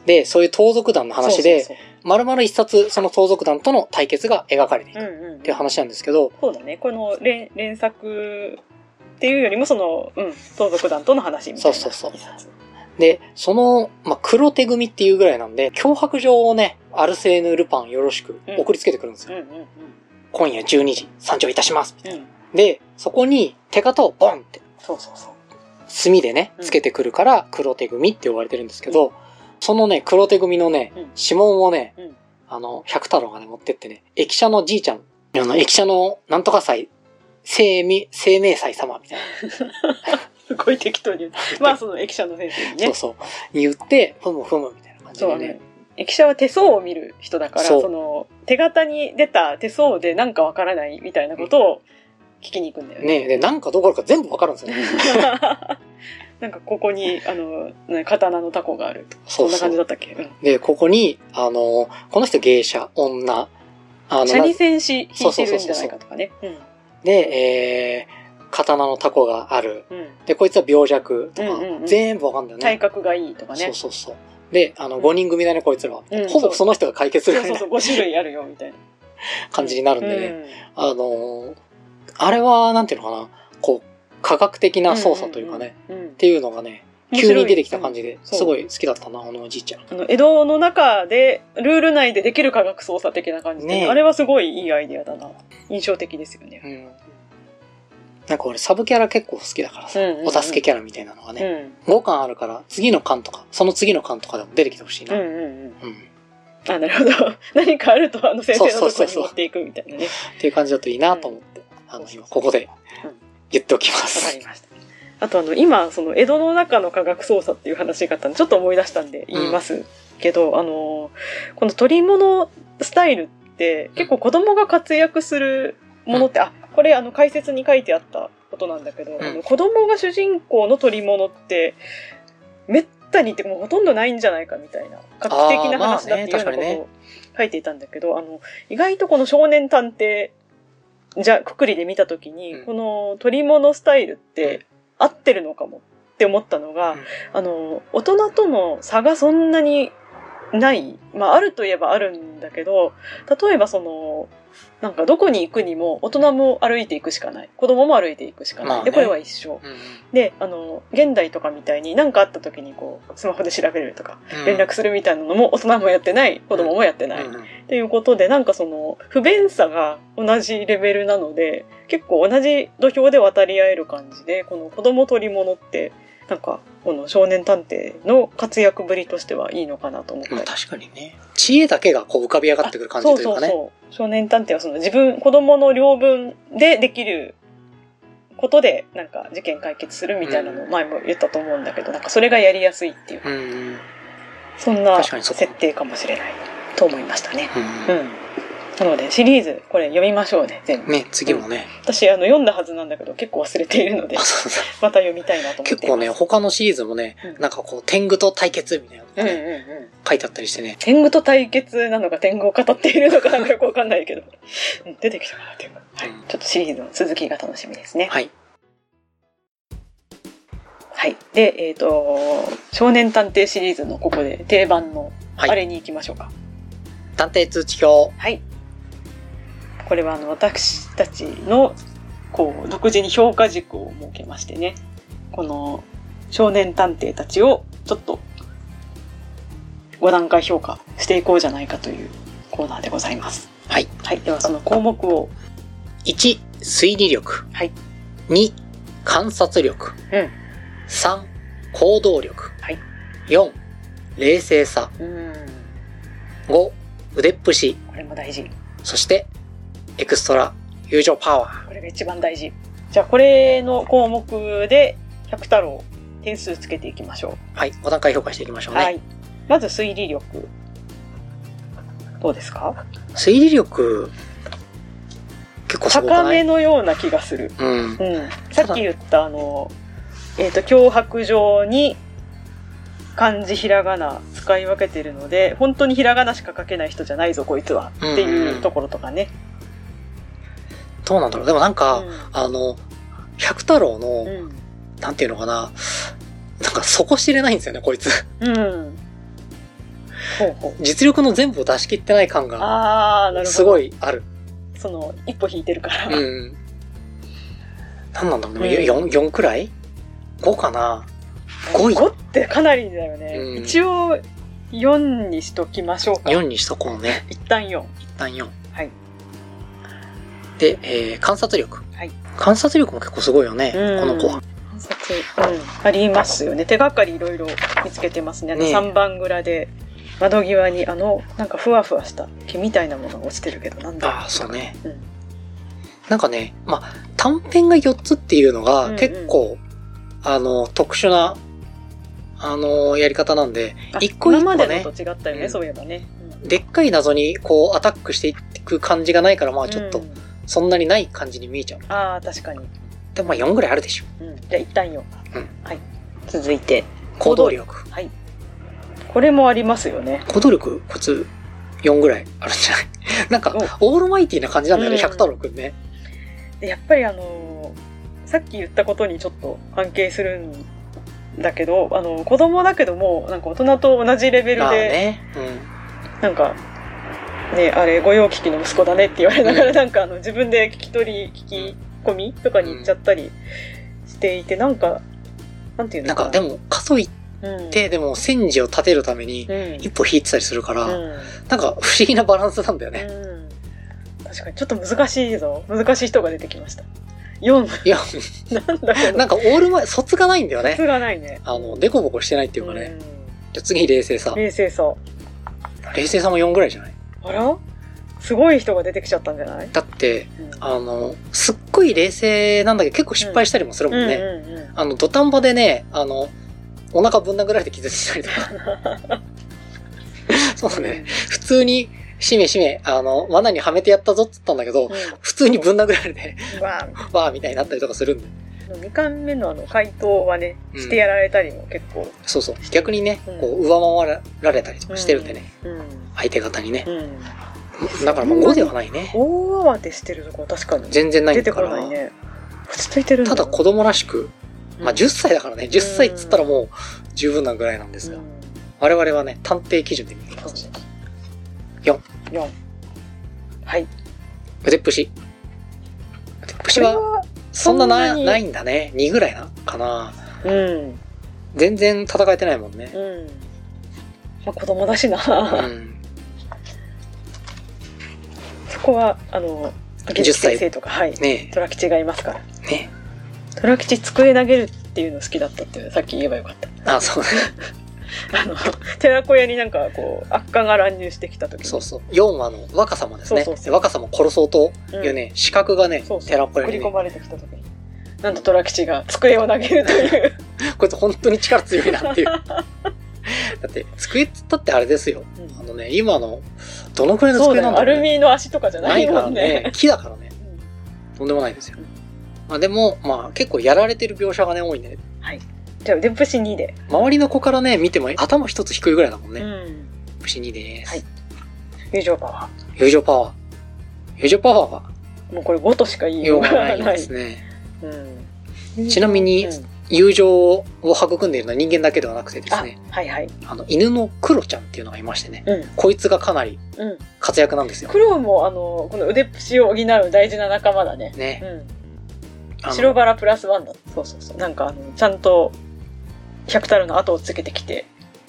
で、そういう盗賊団の話で、そう丸々一冊その盗賊団との対決が描かれていそうるっそううんうんていう話なんですけど、そうだねこの連連作っていうよりもその、うん、盗賊団との話みたいなそうそうそう一冊で、その、まあ、黒手組っていうぐらいなんで、脅迫状をね、アルセーヌ・ルパンよろしくうん送りつけてくるんですよ。うんうんうん今夜12時、参上いたします。うんで、そこに手形をボンってそうそうそう墨でねうんつけてくるから黒手組って呼ばれてるんですけど、そのね黒手組のね、うん指紋をね、うんあの百太郎がね持ってってね駅舎のじいちゃんあの駅舎のなんとか祭生命生命祭様みたいすごい適当に言うまあその駅舎の先生にな、ねそうそうに言ってふむふむみたいな感じそうであのね駅舎は手相を見る人だからそそうの手形に出た手相でなんかわからないみたいなことを聞きに行くんだよね。ねでなんかどころか全部わかるんですよね なんかここにあのね刀のタコがあるとかそそうんなそ感じうだったっけ、うん、でここにあのこの人芸者女あシャのリ線しそ引ういそうそうてるんそうじゃないかとかね。うんで、えー、刀のタコがあるうんでこいつは病弱とか、うんうんうん全部わかるんだよね体格がいいとかそねう。そうそう。で、あの、うん5人組だね、こいつらはうん。ほぼその人が解決すそうるみそたいうなそう5種類あるよみたいな感じになるんでね。ね。あのー、あれは、なんていうのかな、こう、科学的な操作というかね、うん。うんっていうのがね、面白急いに出てきた感じで、そうすごい好きだったな、あのおじいちゃん。あの江戸の中でルール内でできる科学操作的な感じで、ねえあれはすごいいいアイディアだな印象的ですよね。うん。なんか俺、サブキャラ結構好きだからさ、うんうんうんお助けキャラみたいなのがうね、ん5巻あるから、次の巻とか、その次の巻とかでも出てきてほしいな。ううんん。うんうんあなるほど 何かあるとあの先生のところに持っていくみたい なねっていう感じだといいなと思って、あの、今、ここでうん言っておきまわかす。りましたあとあの今その江戸の中の科学捜査っていう話があったんでちょっと思い出したんで言いますけど、あのこの取り物スタイルって結構子供が活躍するものって、あこれあの解説に書いてあったことなんだけど、うんあの子供が主人公の取り物ってめったにってもうほとんどないんじゃないかみたいな画期的な話だっていうようなことあーまあね確かにねを書いていたんだけどあの意外とこの少年探偵じゃくくりで見た時に、うんこの取り物スタイルって合ってるのかもって思ったのが、うんあの大人との差がそんなにない、まあ、あるといえばあるんだけど例えばそのなんかどこに行くにも大人も歩いていくしかない子供も歩いていくしかない、まあねでこれは一緒うんうんであの現代とかみたいに何かあった時にこうスマホで調べるとかうん連絡するみたいなのも大人もやってない子供もやってない、うんうんっていうことでなんかその不便さが同じレベルなので結構同じ土俵で渡り合える感じでこの子供取り物ってなんかこの少年探偵の活躍ぶりとしてはいいのかなと思ったまあり。確かにね。知恵だけがこう浮かび上がってくる感じというかね。そうそうそう少年探偵はその自分子供の領分でできることでなんか事件解決するみたいなのを前も言ったと思うんだけど、なんかそれがやりやすいっていううんうん。そんな確かにそう設定かもしれないと思いましたね。うんううんんなのでシリーズこれ読みましょうね全部ね、次もね。私あの読んだはずなんだけど結構忘れているのであそうそうまた読みたいなと思って 結構ね、他のシリーズもね、うんなんかこう、天狗と対決みたいなのうがんうんね、うん書いてあったりしてね。天狗と対決なのか天狗を語ってい るのかなんかよくわかんないけど、うん出てきたかな天狗、はいうんちょっとシリーズの続きが楽しみですねはい。はい、でえっ、と少年探偵シリーズのここで定番のはいあれに行きましょうか探偵通知表。はい、これはあの私たちのこう独自に評価軸を設けましてねこの少年探偵たちをちょっと5段階評価していこうじゃないかというコーナーでございますはい。はい、ではその項目を、 1、推理力。はい2、観察力。うん3、行動力。はい4、冷静さ。うん、 5、腕っぷし。これも大事。そして、エクストラ、友情パワこれが一番大事。じゃあこれの項目で百太郎点数つけていきましょー。はい。5段階評価していきましょう。うね。はい。まず推理力。どうですか？推理力、結構すごく高なめいのような気がする。うん。うん。さっき言ったあのえっ、と脅迫状に漢字ひらがな使い分けてるので本当にひらがなしか書けない人じゃないぞこいつはっていうところとかね。どうなんだろう。でもなんか、あの、百太郎の、うん。うんなんていうのかな、なんか底知れないんですよね、こいつ。 うん。ほうほう。実力の全部を出し切ってない感が、ああ、なるほど。すごいある。その、一歩引いてるから。うん。なんなんだろう、ねうん4、4くらい ?5 かな五位5ってかなりだよね。うん一応、4にしときましょうか。 ?4 にしとこうね。一旦4。一旦4。はい。で、えー観察力。はい観察力も結構すごいよね、うんこの子は。観察、うん、ありますよね。手がかりいろいろ見つけてますね。あのねえ3番蔵で、窓際にあの、なんかふわふわした毛みたいなものが落ちてるけど、なんだああ、そうね。うんなんかね、まあ、短編が4つっていうのうんうがん結構、あの、特殊な、あの、やり方なんで、あ一個一個ね今までのと違ったよね、うんそういえばね。うんでっかい謎にこうアタックしていく感じがないから、まあちょっうとんそんなにない感じに見えちゃう。ああ、確かに。でもまあ4ぐらいあるでしょ。うん、じゃあ一旦4。うんはい。続いて。行動力。はい。これもありますよね。行動力、こいつ4ぐらいあるんじゃない なんか、オールマイティな感じなんだよね、うん百太郎くんね。でやっぱりあのーさっき言ったことにちょっと関係するんだけど、あの子供だけどもなんか大人と同じレベルで、まあね。うん。なんか。ね、あれ御用聞きの息子だねって言われながら、うんなんかあの自分で聞き取り聞き込みとかに行っちゃったりしていてなんかなんていうなのんかかでも、かといっうん、て、でも戦時を立てるためにうん、一歩引いてたりするから、うんなんか不思議なバランスなんだよね。うん確かにちょっと難しいぞ難しい人が出てきました4いや、 なんだけどなんかオールマイ、卒がないんだよね。質がないねあの、デコボコしてないっていうかね。うんじゃあ次、冷静さ。冷静さ冷静さも4ぐらいじゃないあらすごい人が出てきちゃったんじゃない、だって、うんあの、すっごい冷静なんだけど、結構失敗したりもするもんね。うんうんうんあの、土壇場でね、あの、お腹ぶん殴られて気絶したりとか。 そうね。普通に、しめしめ、あの、罠にはめてやったぞっつったんだけどう、ん普通にぶん殴られて、わあわーみたいになったりとかするんで。 2巻目のあの回答はねうんしてやられたりも結構、そうそう。逆にねうん、こう、上回られたりとかしてるんでね。うん相手方にね。うん、だからまあ5ではないね。大慌てしてるとこ確かに全然ない出てかこら。ないね落ち着いてるんただだ子供、供らしく、まあ10歳だからね、10歳っつったらもう十分なぐらいなんですがう。ん我々はね、探偵基準で見てそうます。四四。四。はい。腕っぷし。腕っぷしこれは、は、そんなそんななにないんだね。2ぐらいな、かな。うん、全然戦えてないもんね。うん。まあ、子供だしな。うん。そこは、あの、 10月先生とか、はい。ね虎吉がいますから。え、ね虎吉机投げるっていうの好きだったって、さっき言えばよかった。え。あ、そうね。 あの、 寺子屋になんか、こう、悪化が乱入してきた時に。そうそう。4話の若様ですね。そうそうそう若様を殺そうとうんいうね、資格がねそう、そう。寺っぽ送いりに込ね。まれてきた時に。なんと虎吉が机を投げるという。 こいつ本当に力強いなっていう。だって、机っつったってあれですよ。うんあのね、今の、どのくらいのそう机なんだよ、だアろう、ルね、ミの足とかじゃなないいかもらんねね。、木だからね、とんでもないですよ。まあでも、まあ結構やられてる描写がね、多いんで、じゃあ、腕っぷし2で。周りの子からね、見ても頭一つ低いぐらいだもんね。うん。不思議です。はい友情パワ友情パワー。友情パワーは、ー。もうこれ5としか言いよ用うががなないでい。すね。うんちなみにうん友情を育んでいるのは人間だけではなくてですあね、、はいはい。あの、犬のクロちゃんっていうのがいましてね、うん。こいつがかなりうん。活躍なんですよ。クロウも、あの、この腕っぷしを補う大事な仲間だね。ね。うあん。の白バラプラスワンだ。そうそうそう。なんか、あの、ちゃんと、百太郎の後をつけてきて、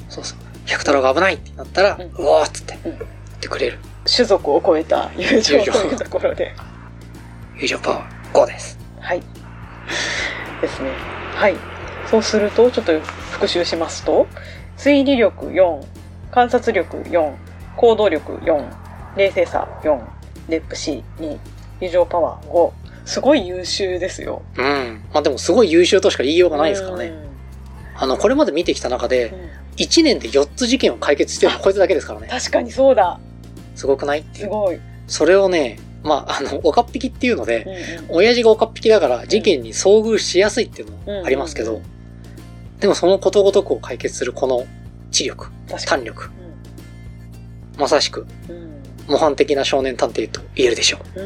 そうそう。百太郎が危ないってなったら、ううんおーっつって、うん言ってくれる。種族を超えた友情友情というとこ ろで。友情パワー5です。はい。ですね。はい。そうすると、ちょっと復習しますと、推理力4、観察力4、行動力4、冷静さ4、レップ C2、友情パワー5。すごい優秀ですよ。うん。まあでもすごい優秀としか言いようがないですからうね。んあの、これまで見てきた中で、うん1年で4つ事件を解決してるのはこいつだけですからね。確かにそうだ。すごくないっていすう。ごい。うんそれをね、まあ、あの、おかっぴきっていうので、う親父がおかっぴきだから事件に遭遇しやすいっていうのもありますけうんうどん、でもそのことごとくを解決するこの知力、ん、確かに。胆力、まさしくうんうん模範的な少年探偵と言えるでしょう。う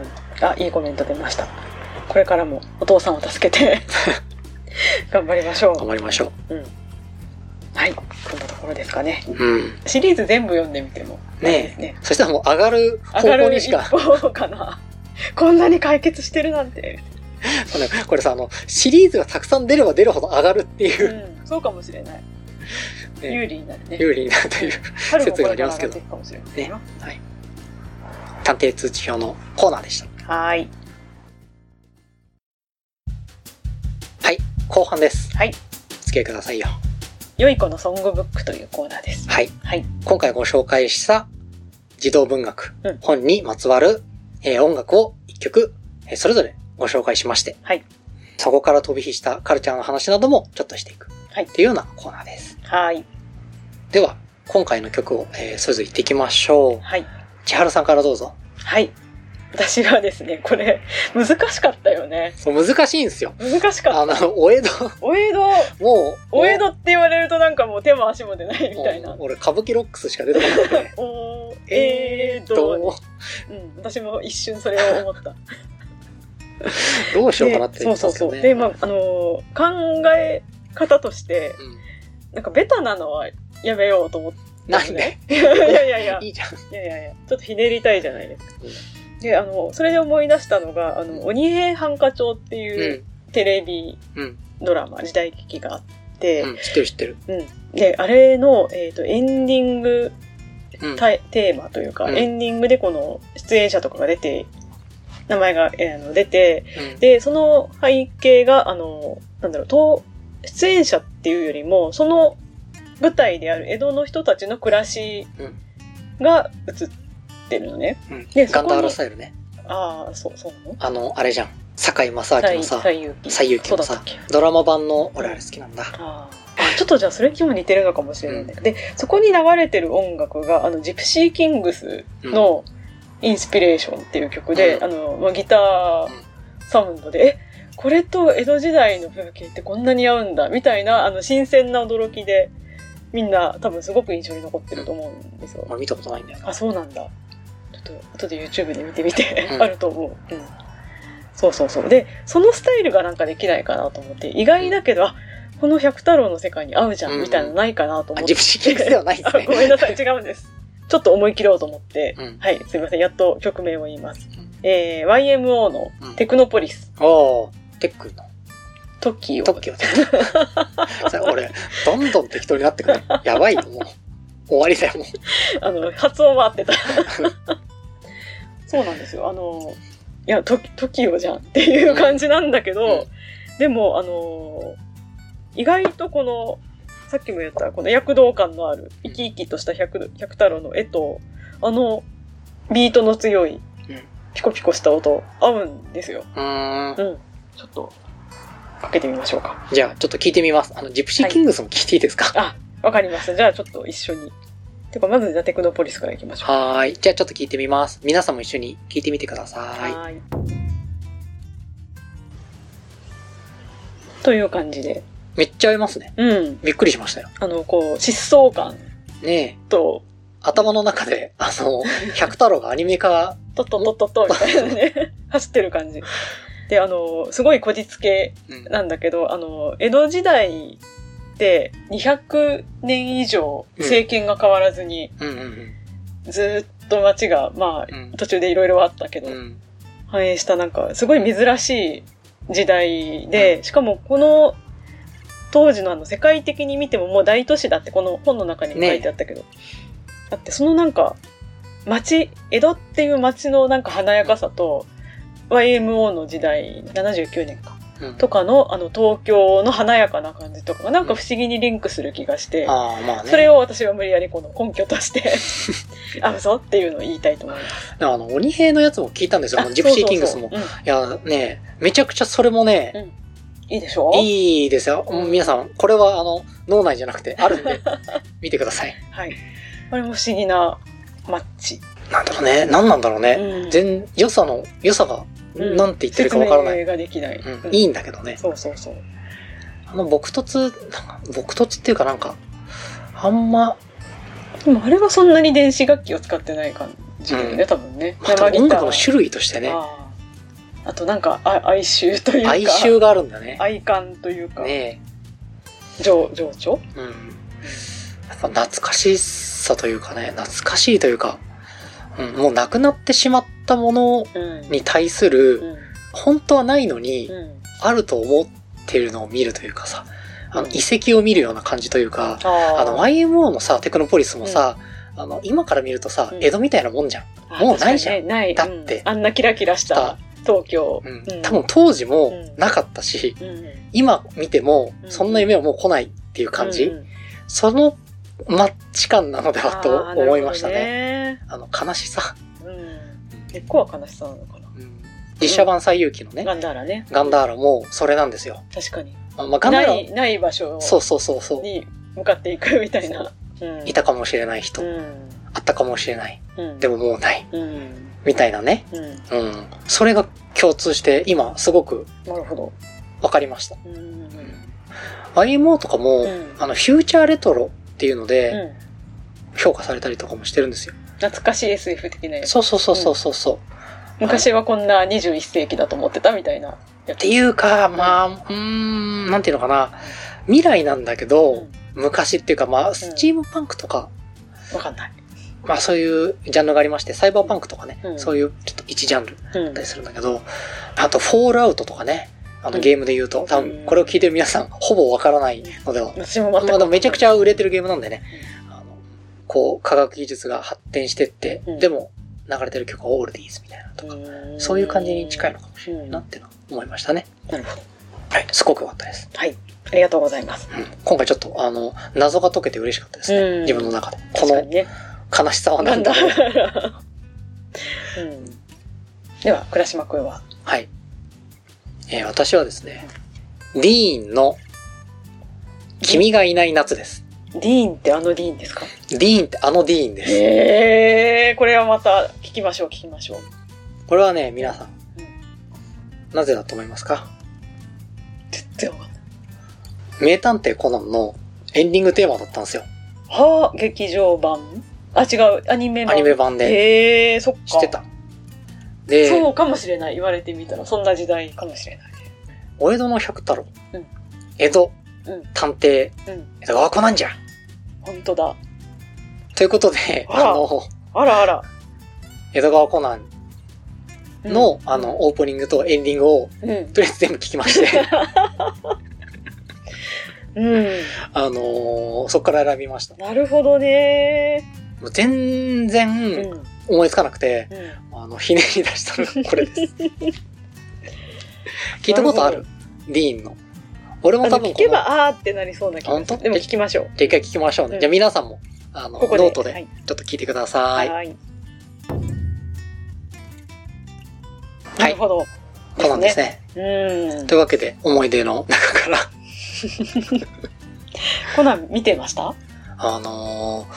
ーん。あ、いいコメント出ました。これからもお父さんを助け て頑張りましょう頑。張りましょはい、こんなところですかね。う。うん。シリーズ全部読んでみても。ねえね。そしたらもう上がる方上が向るにし一か、方かな。こんなに解決してるなんて。これこれさ、あの、シリーズがたくさん出れば出るほど上がるっていうう、ん、そうかもしれない。ね有利になるね。有利になる という、春も説がこれかありまらすけ上がっどていくかもしれないねな。。はい。探偵通知表のコーナーでした。はーい。はい。後半です。はい。お付き合いくださいよ。良い子のソングブックというコーナーです。はい。はい。今回ご紹介した児童文学、うん本にまつわる、えー音楽を一曲、えーそれぞれご紹介しまして、はいそこから飛び火したカルチャーの話などもちょっとしていく、はいっていうようなコーナーです。はーい。では、今回の曲を、えーそれぞれ言っていきましょう。はい。千春さんからどうぞ。はい。私はですね、これ、難しかったよね。そう難しいんですよ。難しかあった。の、お江戸、お江戸、もう、お江戸って言われるとなんかもう手も足も出ないみたいな。もう。俺、歌舞伎ロックスしか出てこなくて お江戸どうに、うん、私も一瞬それを思った。どうしようかなってでそうそうそう。で、まあ、あのー考え方として、うんなんかベタなのはやめようと思って、なんでい やいやいや、いいいじゃん。やいやいや、ちょっとひねりたいじゃないですかう。で、あの、それで思い出したのが、あの、鬼平犯科帳ってう。いうんテレビうん。ドラマ、時代劇があって、うん。知ってる知ってる。で、あれの、えっ、と、エンディングうん。タイテーマというか、うんエンディングでこの出演者とかが出て、名前が、えーあの出て、うんで、その背景が、あの、なんだろう、と出演者っていうよりも、その舞台である江戸の人たちの暮らしが映ってるのね。うんでガそこンにダーラスタイルね。ああ、そう、そうなのあの、あれじゃん。堺正明のさ、最優記。西遊記そうのだったさっけ。ドラマ版の、俺あれ好きなんだ。あーちょっとじゃあそれにも似てるのかもしれないね、で、そこに流れてる音楽が、あの、ジプシーキングスのインスピレーションっていう曲で、うんあの、まあ、ギターサウンドで、え、これと江戸時代の風景ってこんなに合うんだ、みたいな、あの、新鮮な驚きで、みんな多分すごく印象に残ってると思うんですよま。あ見たことないんだよな。あ、そうなんだ。ちょっと、後で YouTube で見てみて、うん あると思う。うん。そうそうそう。で、そのスタイルがなんかできないかなと思って、意外だけど、あ、この百太郎の世界に合うじゃ、うんんみたいなのないかなと思あ、っジて。プシーキングスではないですね あご。めんなさい、違うんです。ちょっと思い切ろうと思って、うんはい、すいません、やっと曲名を言います。えー、YMO のうんテクノポリス、おー、テックの。トキオ。特許 だ。それ俺、どんどん適当になってくる。やばいよ、もう。終わりだよ、もあの、発音は合ってた。 そうなんですよ。あの、いや、トキトキオじゃんっていう感じなんだけど、うんうんでも、あの、意外とこの、さっきも言った、この躍動感のある、生き生きとした百百太郎の絵と、あの、ビートの強いうん、ピコピコした音、合うんですよ。う。うーんう。ん。ちょっと、かけてみましょうか。じゃあ、ちょっと聞いてみます。あの、ジプシーキングスも聞いていいですか、あ、わかりました。じゃあちょっと一緒に。てか、まずじゃあテクノポリスからいきましょう。はーい。じゃあちょっと聞いてみます。皆さんも一緒に聞いてみてください。はーいという感じで。めっちゃ合いますね。うん。びっくりしましたよ。あの、こう、疾走感ねえ。と、頭の中で、あ の、百太郎がアニメ化、トトトトトみたいなね、 走ってる感じ。で、あの、すごいこじつけうんなんだけど、あの、江戸時代で200年以上政権が変わらずに、うんうんずーっと街が、まうんあ、途中でいろいろあったけど、うん。反映したなんか、すごい珍しい時代で、しかもこの、当時のあの世界的に見てももう大都市だってこの本の中にも書いてあったけど、だってそのなんか町江戸っていう町のなんか華やかさと YMO の時代79年かうん。とかのあの東京の華やかな感じとかがなんか不思議にリンクする気がして、ああ、まあね。それを私は無理やりこの根拠として あ嘘っていうのを言いたいと思います。でもあの、鬼兵のやつも聞いたんですよ。あのジプシーキングスも。そうそうそういや、ねめちゃくちゃそれもね、うんいいでしょういいですよ。もう皆さん、これはあの、脳内じゃなくて、ある んで、見てください。はい。あれも不思議なマッチ。なんだろうね。何なんだろうね。うん全、良さの、良さが、うんなんて言ってるかわからな説い。明ができない。う、うんいいんだけどね。そうそうそう。あの、僕突、なんか、僕突っていうかなんか、あんま、でもあれはそんなに電子楽器を使ってない感じだよね、う多分ね。また音楽の種類としてね、あーあとなんかあ哀愁というか。哀愁があるんだね。哀感というか、ね情情緒え。うん。やっぱ懐かしさというかね、懐かしいというか、うん、もうなくなってしまったものうん。に対すうる、ん。本当はないのに、うん。あると思ってるのを見るというかさ、あの、うん遺跡を見るような感じというか、ああの、YMO のさ、テクノポリスもさ、あの、今から見るとさ、うん江戸みたいなもんじゃん。あもうないじゃん確かにねない。だってうんあんなキラキラした東京。うん。多分当時もうんなかったし、うん。今見ても、うんそんな夢はもう来ないっていう感じ、うんうんそのマッチ感なのではとあー思いましたなね。るあの、悲しさ。ほどね。うん。根っこは悲しさなのかな。うん実写版最有機のね、ガンダーラね。ガンダーラもそれなんですよ。確かに。あまあ、ガンダなーラ、い、ない場所そうそうそうそう、に向かっていくみたいな。うんいたかもしれない人、うん。あったかもしれない。うん。でももうない。うん。みたいなね。うん。うん。それが共通して、今すごくなるほど。分かりました。うん。うん。 IMO とかも、うんあの、フューチャーレトロっていうので、評価されたりとかもしてるんですよ。懐かしい SF 的なやつ。そうそうそうそうそうそう。昔はこんな21世紀だと思ってたみたいなやっつ。ていうか、まあ、うーん、なんていうのかな。未来なんだけど、うん昔っていうか、まあ、スチームパンクとか、わかんない。まあそういうジャンルがありまして、サイバーパンクとかね、うんそういうちょっと一ジャンルだうんったりするんだけど、あと、フォールアウトとかね、あうのんゲームで言うと、多分これを聞いてる皆さん、ほぼわからないのでは。私もまあ全く。でもめちゃくちゃ売れてるゲームなんでね、あの、こう、科学技術が発展してって、うんでも流れてる曲はオールディーズみたいなとか、んそういう感じに近いのかもしれないなってのは思いましたね。なるほど。はい、すごく良かったです。はい。ありがとうございます。うん今回ちょっと、あの、謎が解けて嬉しかったですね。うん自分の中で。こ確かにのね。悲しさはな何んだだろう。 うん。では、倉島君は。はい。えー私はですね、ディーンの、君がいない夏です。ディーンってあのディーンですかディーンってあのディーンです。ええこれはまた聞きましょう、聞きましょう。これはね、皆さんう、なぜだと思いますか全然わかんない。名探偵コナンのエンディングテーマだったんですよ。はあ、劇場版あ、違う、アニメア版。ニメ版で。ええそっか。知ってた。で、そうかもしれない、言われてみたら。そんな時代かもしれない。お江戸の百太郎。うん江戸、うん探偵、うん、江戸川コナンじゃん本当だ。ということで、あらあの、あらあら。江戸川コナンうんの、あ、の、オープニングとエンディングを、うん。とりあえず全部聞きまして、うん。 あのーそこから選びました。なるほどね。もう全うん。然うん。思いつかなくて、あの、ひねり出したのがこれです。 聞いたことあるなディーンの。俺もあの多分聞こけばの、あーってなりそうな気がす本る。当でも聞きましょう。じゃあ一回聞きましょうね。うんじゃあ皆さんも、あの、ここで。ノートはでい。ちょっと聞いてください。はいいなるほど。コナンですね。うんと。いうわ けで、思い出の中から、コナン見てましたあのー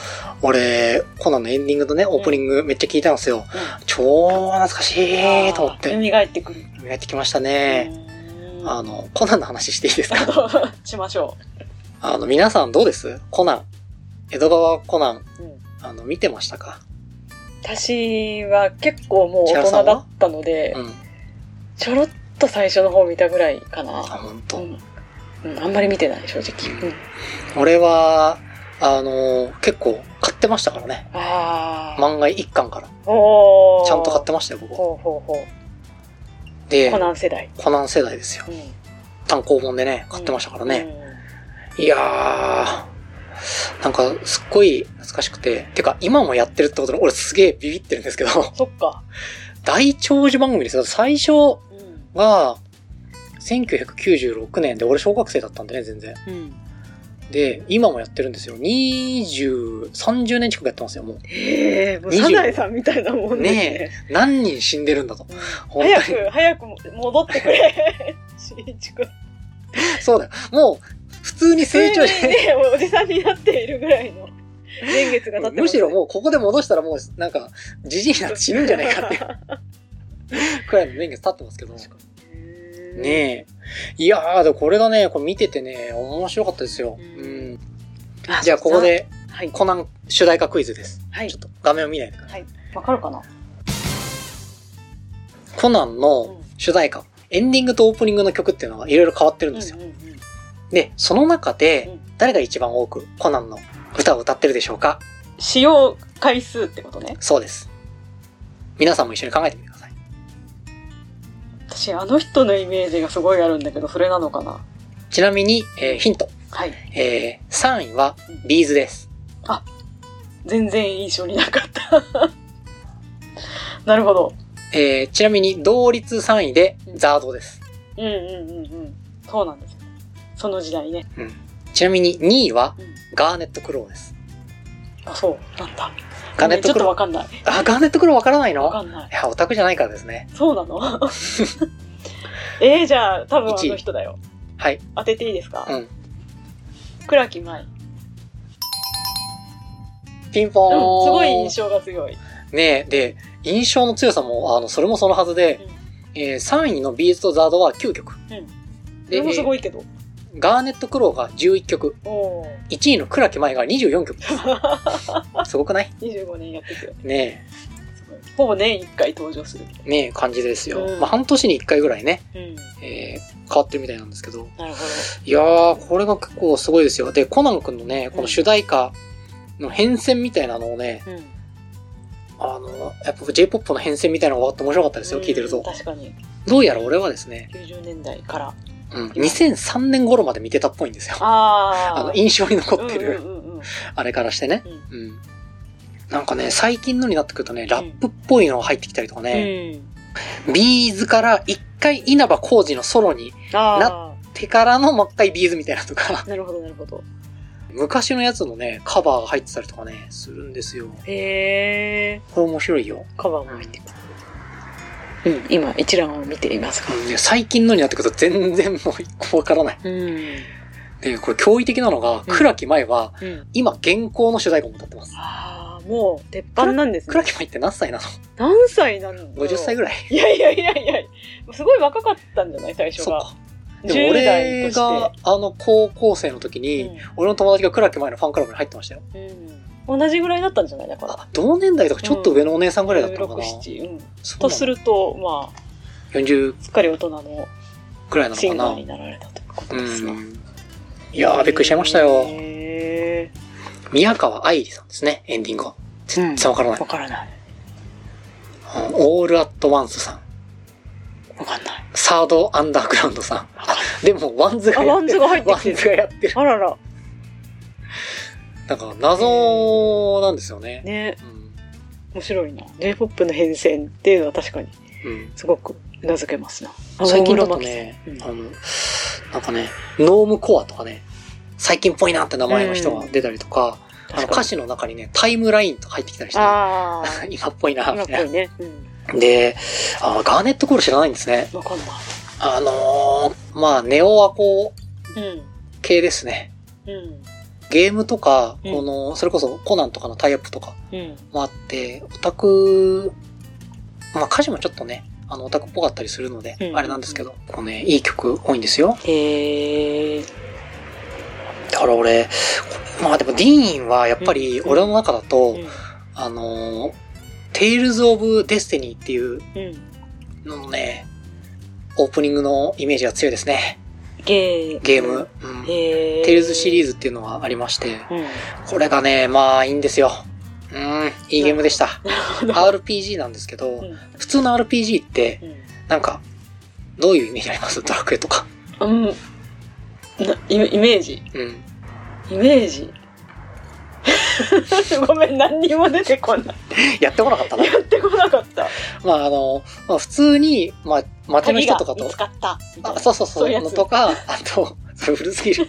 俺、コナンのエンディングとね、オープニングめっちゃ聞いたんですよ。超懐かしいと思っあて、ー蘇ってくる。やってきましたね。うーんあの、コナンの話していいです かしましょあの、皆さんどうですコナン。江戸川コナン、う。うんあの、見てましたか私は結構もう千大春さ人んはだったのでう、ん。ちょろっと最初の方見たぐらいかあ、な。ほんうと。んうん、あんまり見てない、正直。うん俺は、あのー結構買ってましたからね。ああ。漫画一巻から。おーちゃんと買ってましたよ、僕。ほうほうほう。でコ、ナン世代。コナン世代ですよ。うん単行本でね、買ってましたからね。。いやー、なんかすっごい懐かしくて、てか今もやってるってことで俺すげービビってるんですけど、 うんそっか。大長寿番組ですよ。最初うんは、1996年で俺小学生だったんでね、全然。うん。で、今もやってるんですよ。20、30年近くやってますよ、もへえ、もう20サザエさんみたいなもう。んですねね。え、何人死んでるんだと。 うん本早当に。く、早く戻ってく れ。しんいちくん。そうだよ。もう、普通に成長して、ね、もうおじさんになっているぐらいの年月が経ってます、ね。むしろもうここで戻したらもう、なんか、じじいになって死ぬんじゃないかっていうくらいの年月経ってますけど。てねえ。いやー、でもこれがね、これ見ててね、面白かったですよ。ううんん。じゃあ、ここ。で、はい。コナン主題歌クイズです。はいちょっ。と画面を見ないでください。はい。わかるかなコナンうのん主題歌、エンディングとオープニングの曲っていうのがいろいろ変わってるんですよ。で、その中うでん、誰が一番多くコナンの歌を歌ってるでしょうか使用回数ってことね。そうです。皆さんも一緒に考えてみてください。私、あの人のイメージがすごいあるんだけど、それなのかなちなみに、えーヒント。はい。えー、3位はビーズです。全然印象になかった。 なるほど。えー、ちなみに同率3位でザードです。うんうんうんうん。そうなんですよ。その時代ね。ちなみに2位はうんガーネットクローです。あ、そう。なんだ。ガーネッねちトょっクとロわかんない。ー。あ、ガーネットクローわからないわのかんないい。や、オタクじゃないからですね。そう なのえー、じゃあ、多分あ一位の人だよ。はい。当てていいですかうん。倉木舞。ピンポうんーン。すごい印象が強い。ねえ、で、印象の強さも、あの、それもそのはずで、えー、3位のビーズとザードは9曲。うん。そで、えれもすーごいけど。ガーネットクローが11曲、おー1位の倉木舞が24曲 です。すごくない25年やっててよ。ねすごいほぼ年1回登場する。え、ねえ、感じですよ。うんまあ、半年に1回ぐらいね、うん。なえー、変わってるみたいなんですけど。るほいやー、これが結構すごいですよ。で、コナン君のね、この主題歌の変遷みたいなのをね、ど。うん。あの、やっぱ J-POP の変遷みたいなのがあって面白かったですよ、聞いてるうんと。確かに。どうやら俺はですね、 90年代から。うん、2003年頃まで見てたっぽいんですよ。あー。あの、印象に残ってうる、んうんうんうん。あれからしてね。うんうん。なんかね、最近のになってくるとね、ラップっぽいのが入ってきたりとかね、うん。ビーズから一回稲葉浩二のソロに、あ手からのもう一回ビーズみたいなとかー。、なるほど、なるほど。昔のやつのね、カバーが入ってたりとかね、するんですよ。へえ。これ面白いよ。カバーも入ってる。うん、今、一覧を見ていますが。うんね最近のになってくると全然もう一個わからない。うん。で、これ驚異的なのが、うん倉木舞は、うん。今、現行の主題歌も歌ってます。ああ、もう、鉄板なんです倉ね。木舞って何歳な何歳なのの ?50 歳ぐらい。いやいやいやいやすごい若かったんじゃない最初そっが。か。でも10代俺とがし、あの、高校生の時に、て。俺の友達が倉木舞のファンクラブに入ってましたよ。うんうん同じぐらいだったんじゃないだから。あ、同年代とかちょっと上のお姉さんぐらいだったのかな。 16、7。うん。そうなとのすると、まあ、 40すっかり大人のくらいなのシかンガーなに。なられたということうですね。ん。いやー、びっくりしちゃいましたよ。へ宮川愛理さんですね、エンディングは。全然わからないー。わ。からない。うんオールアットワンスさん。わかんない。サードアンダーグラウンドさん。あ、 でも、ワンズがあ、やワっンてズる。が入ってワきてンる。ズがやってる。あらら。なんか、謎なんですよね。ね、うん面白いな。J-POP の変遷っていうのは確かに、うんすごく頷けますな。最近だ大と黒摩季ね、うんあの、なんかね、ノームコアとかね、最近っぽいなって名前の人が出たりとか、さんあの確か歌詞の中にね、タイムラインとか入ってきたりしにて、ああ。今っぽいな、 今みったぽいいね。うん。な。で、あガーネットコール知らないんですね。わかんなあのー、まあ、ネオアコい。系ですね。うん。うん。ゲームとか、うんこの、それこそコナンとかのタイアップとかうん。もあって、オタク、まあ歌詞もちょっとね、あの、オタクっぽかったりするので、うんあれなんですけど、こうね、いい曲多いんですよ。へえ。だから俺、まあでもディーンはやっぱりうん俺の中だと、うん。あのー、テイルズ・オブ・デスティニーっていううん。ののね、オープニングのイメージが強いですね。ゲーゲーム。うんへえ。テイルズシリーーズっていうのがありまして、ズ。うん。これがね、まあいいんですよ。うん、いいゲームで した。RPG なんですけど、普通の RPG って、なんか、どういうイメージありますドラクエとか。うん。うん。なイメイメージうん。イメージ ごめん、何にも出てこない。やってこなかったなや。ってこなかった。まああの、まあ、普通に、まあ、街の鍵人がとかと見つ、かった。みたいあなそうそうそうそういうやつのとか、あと、それ古すぎ る。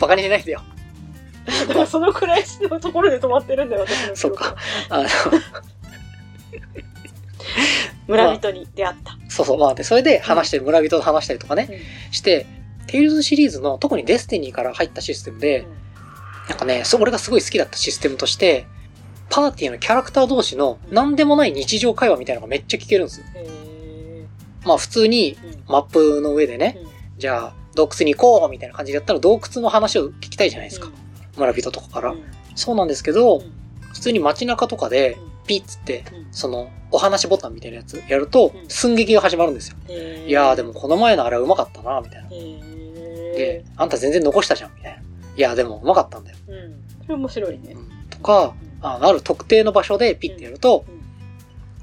バカにしないでよ。だ からそのくらいのところで止まってるんだよ、私の記そう憶はか。あの、村人に出会った。そうそう。まあ、で、それで話してる、村人と話したりとかね、して、テイルズシリーズの特にデスティニーから入ったシステムで、なんかね、そ俺がすごい好きだったシステムとして、パーティーのキャラクター同士の何でもない日常会話みたいなのがめっちゃ聞けるんですよ。へまあ普通にーうんマップの上でね、じゃあ洞窟に行こうみたいな感じでやったら洞窟の話を聞きたいじゃないですか。村人とかから。そうなんですけど、普通に街中とかでピッつって、そのお話ボタンみたいなやつやるとう、ん寸劇が始まるんですよ。いやーでも。もこの前のあれはうまかったなみたいな。へーで、あんた全然残したじゃんみたいな。いやーでもうまかったんだよ。うんそれ面白いねう。んとか、あある特定の場所でピッてやると、うん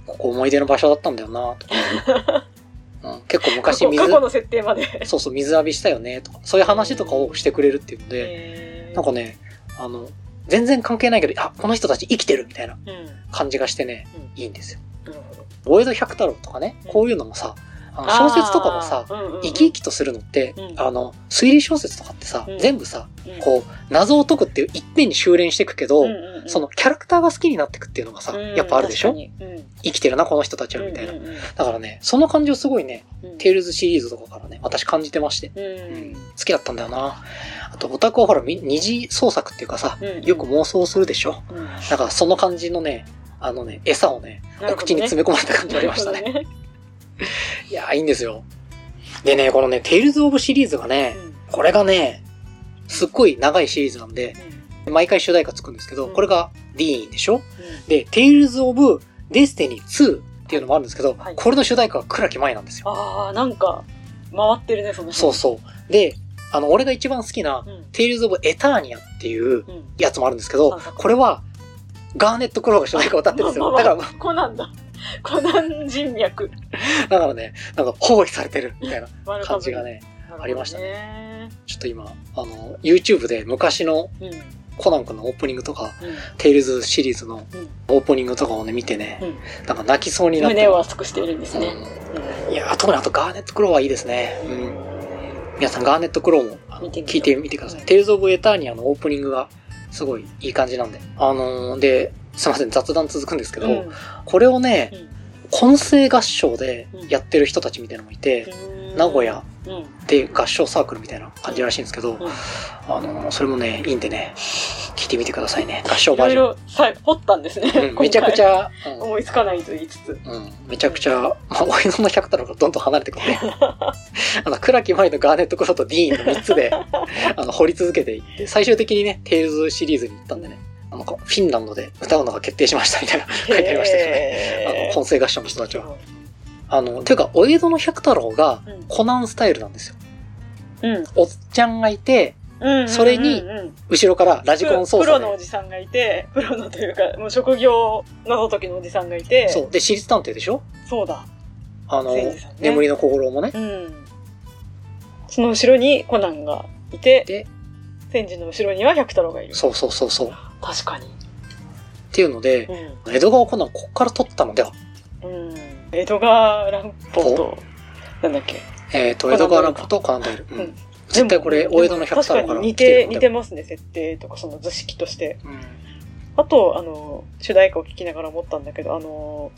ここ思い出の場所だったんだよなとか、 うん、結構過昔去水過去の設定まで。そうそう水浴びしたよねとかそういう話とかをしてくれるっていうので、へーなんかねあの全然関係ないけどあこの人たち生きてるみたいなうんな感じがしてねういいんですよ。るほど大江戸百太郎とかねうんこういうのもさあの小説とかもさあーうんうんうん生き生きとするのって、うんあの推理小説とかってさ、うん全部さうんこう謎を解くっていう一点に修練していくけど、うんうんうんそのキャラクターが好きになってくっていうのがさ、うんやっぱあるでしょ確かにうん生きてるなこの人たちはみたいな、うんうんうんだからね、その感じをすごいね、うんテイルズシリーズとかからね、私感じてまして。うんうん好きだったんだよな。あと、オタクはほら、み二次創作っていうかさ、うんよく妄想するでしょ。うんなるだから、その感じのね、あのね、餌をね、ほどねお口に詰め込まれた感じがありましたね。なるほどねいやー、いいんですよ。でね、このね、テイルズ・オブシリーズがねう、んこれがね、すっごい長いシリーズなんで、毎回主題歌つくんですけど、うんこれがディーンでしょで、テイルズ・オブ・デスティニー2っていうのもあるんですけど、はいこれの主題歌は倉木舞なんですよ。ああなんか回ってるねそのそうそう。で、あの、俺が一番好きな、うんうんテイルズ・オブ・エターニアっていうやつもあるんですけどはい、これは、ガーネット・クローが主題歌を歌ってるんですよ。まあだかまあまら、あコナンだコナン人脈だからね、なんか、包囲されてるみたいな丸か感ぶじりがね、なるほどありましたねちょっと今、あの、YouTube で昔のうんうんコナン君のオープニングとか、テイルズシリーズのうんオープニングとかをね、見てね、うんなんか泣きそうになって胸る。を熱くしているんですねうんいやー、特にあとガーネット・クローはいいですね。うん皆さん、ガーネット・クローもあの見てみよう聞いてみてくださうい。んテイルズ・オブ・エターニアのオープニングがすごいいい感じなんで。あのーで、すいません、雑談続くんですけど、うんこれをね、うん混声合唱でやってる人たちみたいなのもいて、うん名古屋うんうんで合唱サークルみたいな感じらしいんですけど、んあのーそれもね、いいんでね、聞いてみてくださいね。合唱いバーろいジョン。ろさ掘ったんですねうんめちゃくちゃゃ、うん思いつかないと言いつつうん、めちゃくちゃ、まあ、お湯の百太郎がどんどん離れてくる ね。あの、倉木舞のガーネット・クローとディーンの3つで、 あの、掘り続けていって、最終的にね、テイルズシリーズに行ったんでね、あの、こうフィンランドで歌うのが決定しましたみたいな、書いてありましたけどね。あの、へー本声合唱の人たちは。あの、ていうか、お江戸の百太郎がうんコナンスタイルなんですよ。うんおっちゃんがいて、それにうんうんうん後ろからラジコン操プロ作のおで。じさんがいてプロのというかもう職業謎解きのおじさんがいてそう。で、私立探偵でしょそうだあの、誠治さんね眠りの心もね。うんその後ろにコナンがいてで、戦時の後ろには百太郎がいるそうそうそうそう。っ確かにていうので、う江戸川コナンこっから撮ったのではん、うん、江戸川乱歩となんだっけえっ、と、江コナ戸ンドイルか川乱歩とカナンドイル。ううんん。絶対これ、でも大江戸の百太郎か確からに似て似ても。ますね設定とかその図式としてうんあとあの主題歌を聴きながら思ったんだけどあの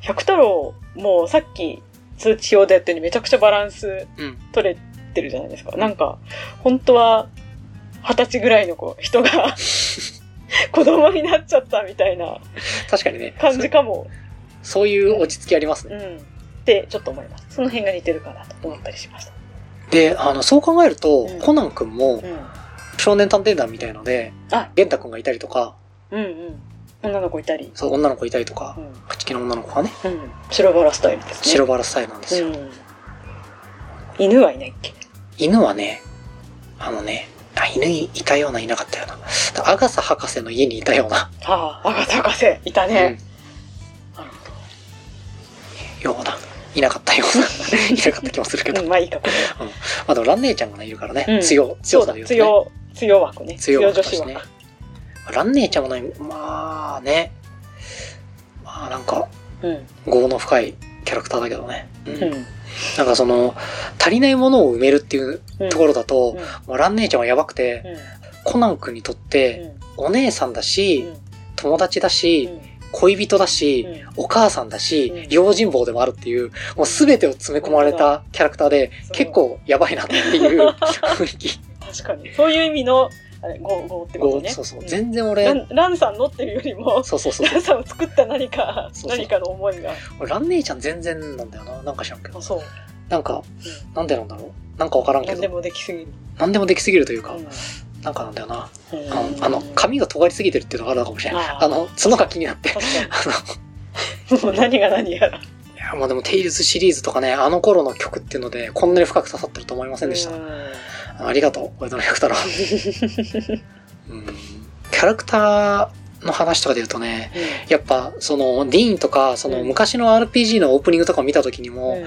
百太郎もさっき通知表でやったようにめちゃくちゃバランスうん。取れてるじゃないですか。なんか、本当は、二十歳ぐらいの子、人 が子供になっちゃったみたいな確かにね感じかも。そそういう落ち着きありますうね、ん。ってちょっと思います。その辺が似てるかなと思ったりしました。であのそう考えると、うんコナン君もうん。少年探偵団みたいのであ、玄太君がいたりとかうんうん。女の子いたり。そう女の子いたりとかう、ん。口利きの女の子がねうん。白バラスタイルですね。白バラスタイルなんですよ、うん。犬はいないっけ犬はねあのねあ犬いたようないなかったようなアガサ博士の家にいたような、ああ、アガサ博士、いたね。なるほうんようないなかったような いなかった気もするけど、ど。うん、ままあいいか、これは。あでも蘭姉ちゃんがねいるからね、うん強そ強うさだで、言うとね強、強枠ね。強強い女子枠。ね。ランネーちゃんもね、まあね、まあなんか、うん。業の深いキャラクターだけどね。うんうん。なんかその、足りないものを埋めるっていううんところだと、うんまあ、ランネーちゃんはやばくて、うコナン君にとって、ん。お姉さんだし、うん友達だうし、ん恋人だし、うんお母さんだし、うん用心棒でもあるっていう、もう全てを詰め込まれたキャラクターで、そう結構やばいなっていう 雰囲気。確かに。そういう意味の、あれ、ゴー、ゴーってことね。そうそう。ん全然ラ俺、ンランさんのっていうよりも、そうそうそうランさんを作った何か、そうそう何かの思いが。俺ラン姉ちゃん全然なんだよな。なんか知らんけどあ。そう。なんか、なんでなんだろう。なんかわからんけ何でど。もできすぎる。なんでもできすぎるというか、うなんかなんだよな。んあの、あの髪が尖りすぎてるっていうのがあるのかもしれない。あ、の、角が気にな って。確あの、か に。もう何が何やら。いや、まあでも、テイルズシリーズとかね、あの頃の曲っていうので、こんなに深く刺さってると思いませんでしたう。ありがとう、俺の百太郎。うん。キャラクターの話とかで言うとね、やっぱ、その、ディーンとか、その、うん昔の RPG のオープニングとかを見た時にも、うん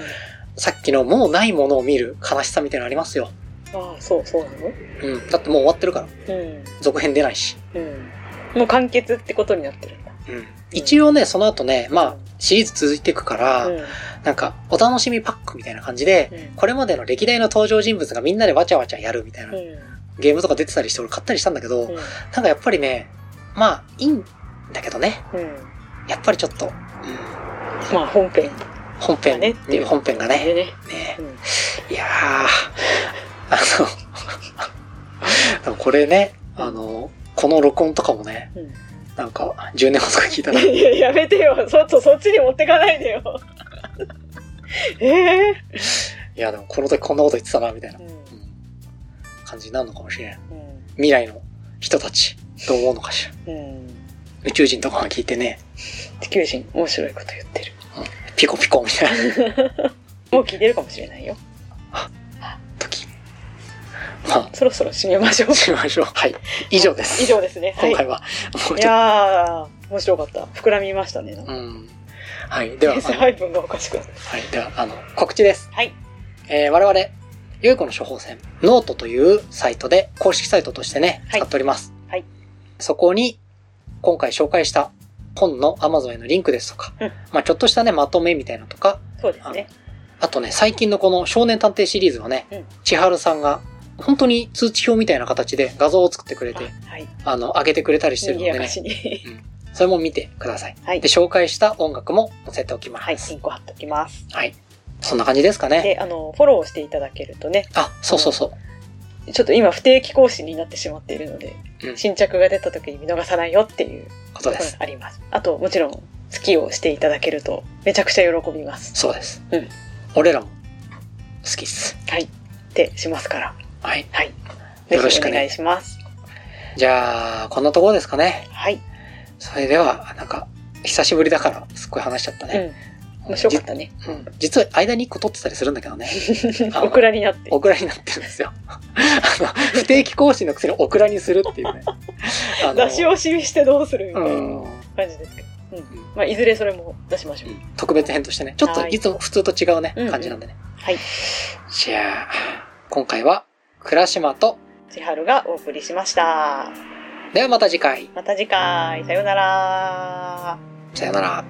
さっきのもうないものを見る悲しさみたいなのありますよ。ああ、そう、そうなのうん。だってもう終わってるから。うん。続編出ないし。うん。もう完結ってことになってるんだ。うん。一応ね、その後ね、まあうん、シリーズ続いていくから、うん。なんか、お楽しみパックみたいな感じで、うんこれまでの歴代の登場人物がみんなでわちゃわちゃやるみたいな、うんゲームとか出てたりして俺買ったりしたんだけど、うんなんかやっぱりね、まあ、いいんだけどね。うん。やっぱりちょっと、うんまあ、本編本が編、ねっていう。本編がね、でね。ねうんいやー、あの、でも これね、あの、この録音とかもね、うんなんか、10年後とか聞いたら、いややめてよそっとそっちに持ってかないでよ ええいや、でもこの時こんなこと言ってたな、みたいな、うんうん感じになるのかもしれん。うん未来の人たち、どう思うのかしら。うん宇宙人とかが聞いてね、地球人面白いこと言ってるピコピコみたいなもう聞いてるかもしれないよ 時。まあ、そろそろ締めましょうしましょう。はい。以上です。以上ですねはい今回は、もういちょっやー面白かった膨らみましたねと。うん。はい。では、あの配分がおかしくなっはたい。では、あの、告知です。はいえー我々、ゆうこの処方箋、ノートというサイトで、公式サイトとしてね、はい使っております。はいそこに、今回紹介した本の Amazon へのリンクですとか、うんまあちょっとしたね、まとめみたいなのとか、そうですねあとね、最近のこの少年探偵シリーズはね、うん千春さんが、本当に通知表みたいな形で画像を作ってくれて、あはいあの、上げてくれたりしてるの賑でやかね、しに それも見てください。はいで、紹介した音楽も載せておきます。はいリンクを貼っておきますはい。そんな感じですかね。であのフォローしていただけるとねあ、そうそうそう。ちょっと今不定期更新になってしまっているので、うん新着が出た時に見逃さないよっていうことです。あります。あと、もちろん、好きをしていただけると、めちゃくちゃ喜びます。そうです。うん俺らも好きっす。はい。ってしますから。はい。はい。よろしくねぜひお願いします。じゃあ、こんなところですかね。はい。それでは、なんか、久しぶりだから、すっごい話しちゃったね。うん。面白かったね。じうん実は間に1個取ってたりするんだけどね。あ オクラになって。オクラになってるんですよ。 あの、不定期更新のくせにオクラにするって いうね。あの出し惜しみしてどうするみたう。いなん感じですけど。うん。まあ、いずれそれも出しましょう。特別編としてね。ちょっとはいいつも普通と違うねうんう、ん感じなんでね。はい。じゃあ、今回は、倉島と、千春がお送りしました。ではまた次回。また次回、さようなら。さよなら。